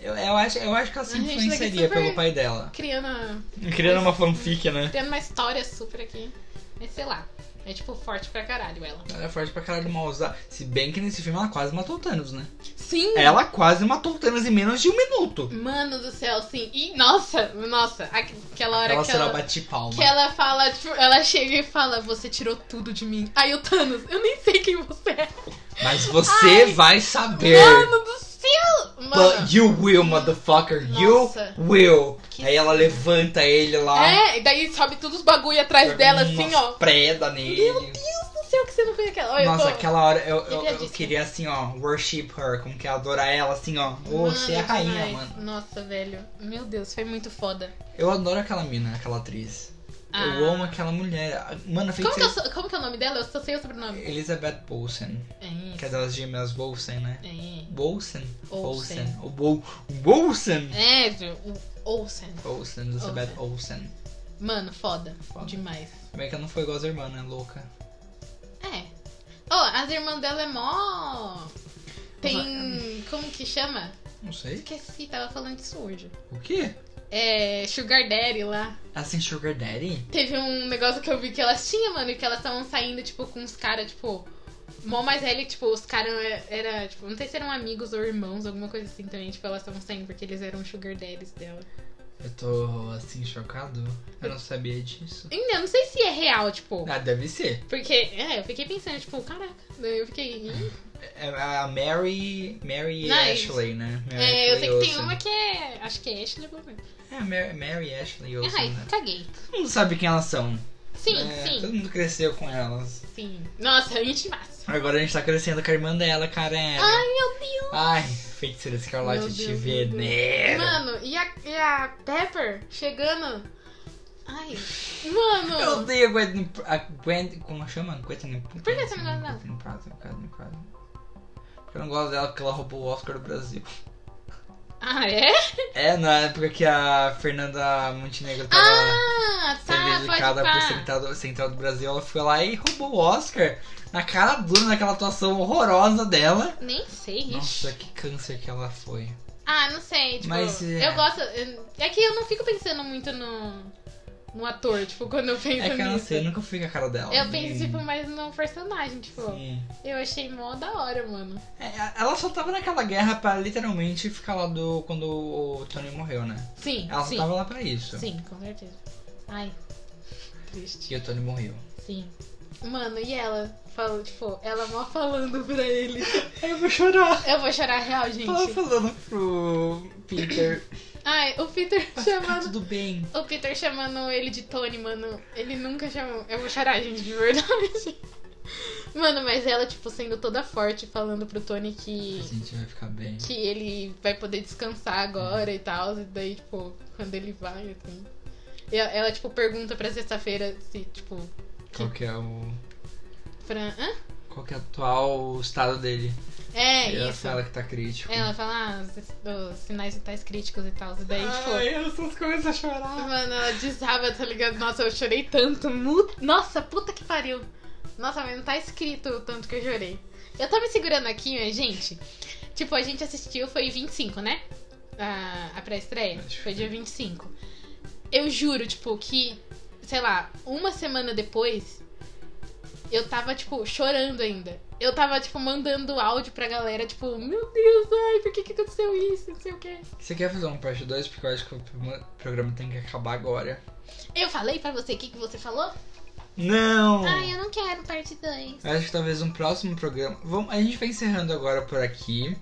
A: Eu, eu acho, eu acho que ela se
B: A gente daqui
A: influenciaria
B: super-
A: pelo pai dela.
B: criando,
A: Criando uma fanfic, né?
B: criando uma história super aqui. Mas sei lá. É, tipo, forte pra caralho ela.
A: Ela é forte pra caralho mal usar. Se bem que nesse filme ela quase matou o Thanos, né?
B: Sim!
A: Ela quase matou o Thanos em menos de um minuto.
B: Mano do céu, sim. E nossa, nossa, aqu- aquela hora
A: Aquela
B: que
A: cena
B: ela.
A: bate palma.
B: Que ela fala, tipo, ela chega e fala, você tirou tudo de mim. Aí o Thanos, eu nem sei quem você é.
A: Mas você
B: Ai,
A: vai saber.
B: Mano do céu! Mano.
A: But you will, motherfucker. You
B: Nossa.
A: will.
B: Que-
A: Aí ela levanta ele lá.
B: É, e daí sobe todos os bagulho atrás
A: joga
B: dela,
A: umas
B: assim, ó.
A: Preda nele.
B: Não sei o que você não fez aquela. Olha, eu
A: Nossa,
B: tô- é
A: aquela hora eu, eu, eu
B: Arrepiadíssima.
A: queria assim, ó, worship her, como que é adorar ela, assim, ó. Ô,
B: Mano,
A: você é a rainha,
B: demais.
A: mano.
B: Nossa, velho. Meu Deus, foi muito foda.
A: Eu adoro aquela mina, aquela atriz.
B: Ah.
A: Eu amo aquela mulher. Mano, a
B: Como que, eu
A: feiticeira.
B: sou- como que é o nome dela? Eu só sei o sobrenome.
A: Elizabeth Bolsen,
B: É
A: que
B: isso.
A: é das gêmeas Bolsen, né?
B: É,
A: Bolsen?
B: Olsen.
A: Bolsen. O Bol... Bolsen!
B: É, viu? o Olsen.
A: Bolsen, Elizabeth Olsen.
B: Mano, foda.
A: Foda.
B: Demais.
A: Como é que ela não foi igual as irmãs, né? Louca.
B: É. Ô, as irmãs dela é mó. Tem. Como que chama?
A: Não sei.
B: Esqueci, tava falando disso hoje.
A: O quê?
B: É. Sugar Daddy lá.
A: Ela tem Sugar Daddy?
B: Teve um negócio que eu vi que elas tinham, mano, e que elas estavam saindo, tipo, com uns caras, tipo, mó mais velho, tipo, os caras era, era, tipo, não sei se eram amigos ou irmãos, alguma coisa assim também, tipo, elas estavam saindo porque eles eram sugar daddies dela.
A: Eu tô, assim, chocado. Eu não sabia disso.
B: Ainda não sei se é real, tipo,
A: Ah, deve ser.
B: porque, é, eu fiquei pensando, tipo, caraca, eu fiquei, "Ih".
A: É A Mary... Mary
B: Não, é isso.
A: Ashley, né? Mary
B: é, eu sei que tem
A: Olsen.
B: uma que é, acho que é Ashley Blumen.
A: É, a Mary, Mary Ashley Olsen,
B: Ai,
A: né?
B: caguei.
A: Todo mundo sabe quem elas são.
B: Sim,
A: né? Todo
B: sim,
A: mundo cresceu com elas.
B: sim. Nossa, intimaço.
A: Agora a gente tá crescendo com a irmã dela, cara.
B: Ai, meu Deus.
A: Ai, feiticeira escarlate,
B: Ah. Meu
A: te
B: Deus, meu Deus.
A: venero.
B: Mano, e a, e a Pepper chegando. Ai, mano.
A: Eu odeio a Gwen... A Gwen como é chama? Gwen... Por
B: que você não gosta dela?
A: Gwen Prata, Gwen Prata. Porque eu não gosto dela porque ela roubou o Oscar do Brasil.
B: Ah, é?
A: É, na época que a Fernanda Montenegro tava...
B: Ah,
A: Ser
B: tá,
A: dedicada por
B: pode pá.
A: Central, Central do Brasil, ela foi lá e roubou o Oscar na cara dura, naquela atuação horrorosa dela.
B: Nem sei, ixi.
A: Nossa, que câncer que ela foi.
B: Ah, não sei, tipo,
A: Mas, é.
B: eu gosto. É que eu não fico pensando muito no, no ator, tipo, quando eu penso
A: É que eu não
B: nisso.
A: sei, nunca fui com a cara dela.
B: Eu
A: né?
B: penso, tipo, mais no personagem, tipo,
A: Sim.
B: eu achei mó da hora, mano.
A: É, ela só tava naquela guerra pra literalmente ficar lá do. quando o Tony morreu, né?
B: Sim,
A: Ela só
B: sim.
A: tava lá pra isso.
B: Sim, com certeza. Ai, triste.
A: E o Tony morreu.
B: Sim. Mano, e ela? Falou, tipo, ela mó falando pra ele.
A: Aí eu vou chorar.
B: Eu vou chorar real,
A: Tava
B: gente.
A: falando pro Peter.
B: Ai, o Peter
A: Vai ficar
B: chamando.
A: Tá tudo bem.
B: O Peter chamando ele de Tony, mano. Ele nunca chamou. Eu vou chorar, gente, de verdade. Mano, mas ela, tipo, sendo toda forte, falando pro Tony
A: A
B: que.
A: gente vai ficar bem.
B: Que ele vai poder descansar agora e tal. E daí, tipo, quando ele vai, assim. E ela- ela, tipo, pergunta pra sexta-feira se, tipo,
A: Qual que é o.
B: Fran. Hã?
A: Qual que é o atual estado dele?
B: É,
A: e ela
B: isso.
A: fala que tá crítico.
B: Ela fala ah, os, os sinais vitais críticos e tal. E daí, tipo.
A: Ai, essas coisas a chorar.
B: Mano, ela desaba, tá ligado? Nossa, eu chorei tanto. mu- Nossa, puta que pariu. Nossa, mas não tá escrito o tanto que eu chorei. Eu tô me segurando aqui, minha gente. Tipo, a gente assistiu, foi 25, né? A, a pré-estreia.
A: Acho que
B: Foi
A: foi.
B: dia 25. Eu juro, tipo, que, sei lá, uma semana depois, eu tava, tipo, chorando ainda. Eu tava, tipo, mandando áudio pra galera, tipo, meu Deus, ai, por que que aconteceu isso? Não sei o quê.
A: Você quer fazer um parte 2? Porque eu acho que o pro- programa tem que acabar agora.
B: Eu falei pra você o que, que você falou?
A: Não!
B: Ai, eu não quero parte 2.
A: Eu acho que talvez um próximo programa. Vamos, a gente vai encerrando agora por aqui.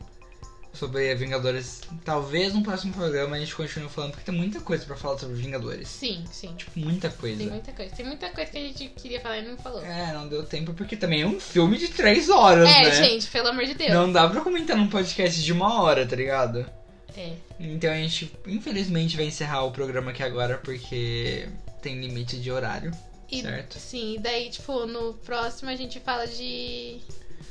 A: Sobre Vingadores. Talvez no próximo programa a gente continue falando, porque tem muita coisa pra falar sobre Vingadores.
B: Sim, sim. tipo,
A: Muita coisa.
B: Tem muita coisa. Tem muita coisa que a gente queria falar e não falou. É,
A: É, não deu tempo, porque também é um filme de três horas, né?
B: gente, pelo amor de Deus.
A: Não dá pra comentar num podcast de uma hora, tá ligado?
B: É.
A: Então a gente, infelizmente, vai encerrar o programa aqui agora, porque tem limite de horário.
B: E,
A: Certo.
B: Sim, e daí, tipo, no próximo a gente fala de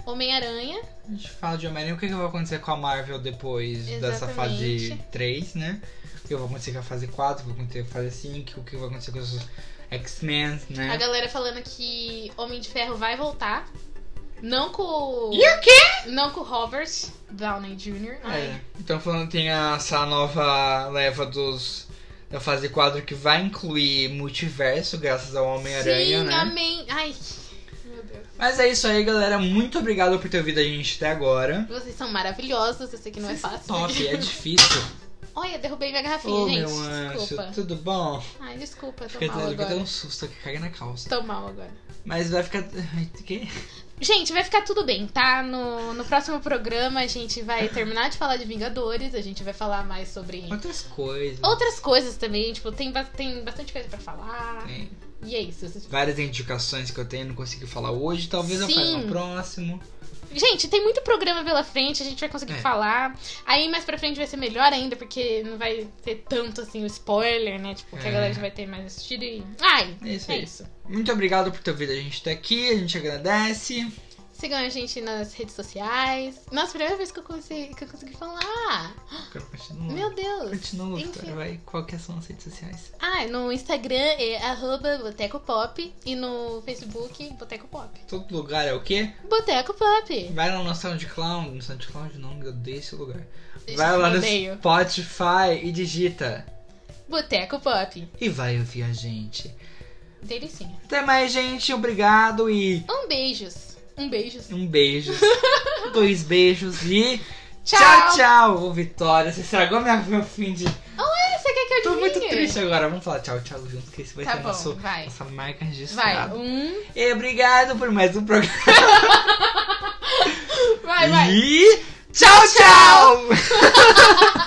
B: Homem-Aranha.
A: A gente fala de Homem-Aranha, o que, que vai acontecer com a Marvel depois dessa
B: Exatamente.
A: fase 3, né? O que vai acontecer com a fase 4, o que vai acontecer com a fase 5, o que vai acontecer com os X-Men,
B: A
A: né?
B: galera falando que Homem de Ferro vai voltar. Não com o.
A: E
B: o quê? Não com o Robert Downey Jr. Ai,
A: É, então falando tem a- essa nova leva dos da fase 4 que vai incluir multiverso, graças ao Homem-Aranha,
B: Sim,
A: né?
B: amém. Ai, meu Deus.
A: Mas é isso aí, galera. Muito obrigado por ter ouvido a gente até agora.
B: Vocês são maravilhosos. Eu sei que não é fácil.
A: Top, é difícil.
B: Olha, derrubei minha garrafinha,
A: Ô,
B: gente.
A: meu anjo,
B: Desculpa.
A: tudo bom?
B: Ai, desculpa, eu tô
A: Fiquei
B: mal
A: até
B: agora.
A: dando um susto aqui, caguei na calça.
B: Tô mal agora.
A: Mas vai ficar. Ai, que?
B: Gente, vai ficar tudo bem, tá? No, no próximo programa a gente vai terminar de falar de Vingadores, a gente vai falar mais sobre
A: Outras coisas.
B: outras coisas também, tipo, tem, ba- tem bastante coisa pra falar.
A: Tem
B: E é isso. vocês-
A: né? várias indicações que eu tenho, não consegui falar hoje. Talvez eu faça
B: Sim.
A: no próximo.
B: Gente, tem muito programa pela frente, a gente vai conseguir
A: É.
B: falar. Aí mais pra frente vai ser melhor ainda, porque não vai ter tanto assim o spoiler, né? Tipo, que a
A: É.
B: galera já vai ter mais assistido e. Ai!
A: É isso
B: É
A: aí.
B: isso.
A: Muito obrigado por ter ouvido a gente até aqui. A gente agradece.
B: Sigam a gente nas redes sociais. Nossa, primeira vez que eu consegui, que eu consegui falar.
A: Continua.
B: Meu Deus.
A: Continua,
B: Enfim.
A: Vitória. Vai. Qual que é são as redes sociais?
B: Ah, no Instagram é arroba Boteco Pop e no Facebook Boteco Pop.
A: Todo lugar é o quê?
B: Boteco Pop!
A: Vai lá no SoundCloud. No SoundCloud não, eu odeio esse lugar.
B: Gente,
A: Vai lá
B: eu
A: no
B: odeio.
A: Spotify e digita.
B: Boteco Pop.
A: E vai ouvir a gente.
B: Delicinha.
A: Até mais, gente. Obrigado e
B: Um beijos. Um beijos.
A: um beijo. Dois beijos e
B: Tchau!
A: tchau, tchau. Ô, Vitória, você estragou minha, meu fim de.
B: Ah, Você quer que eu
A: Tô
B: adivinhe?
A: muito triste agora. Vamos falar tchau, tchau juntos, que esse vai
B: Tá
A: ser
B: bom,
A: nosso,
B: vai.
A: nossa tá. marca
B: Vai,
A: registrada.
B: um.
A: E obrigado por mais um programa.
B: Vai, vai.
A: E tchau, tchau.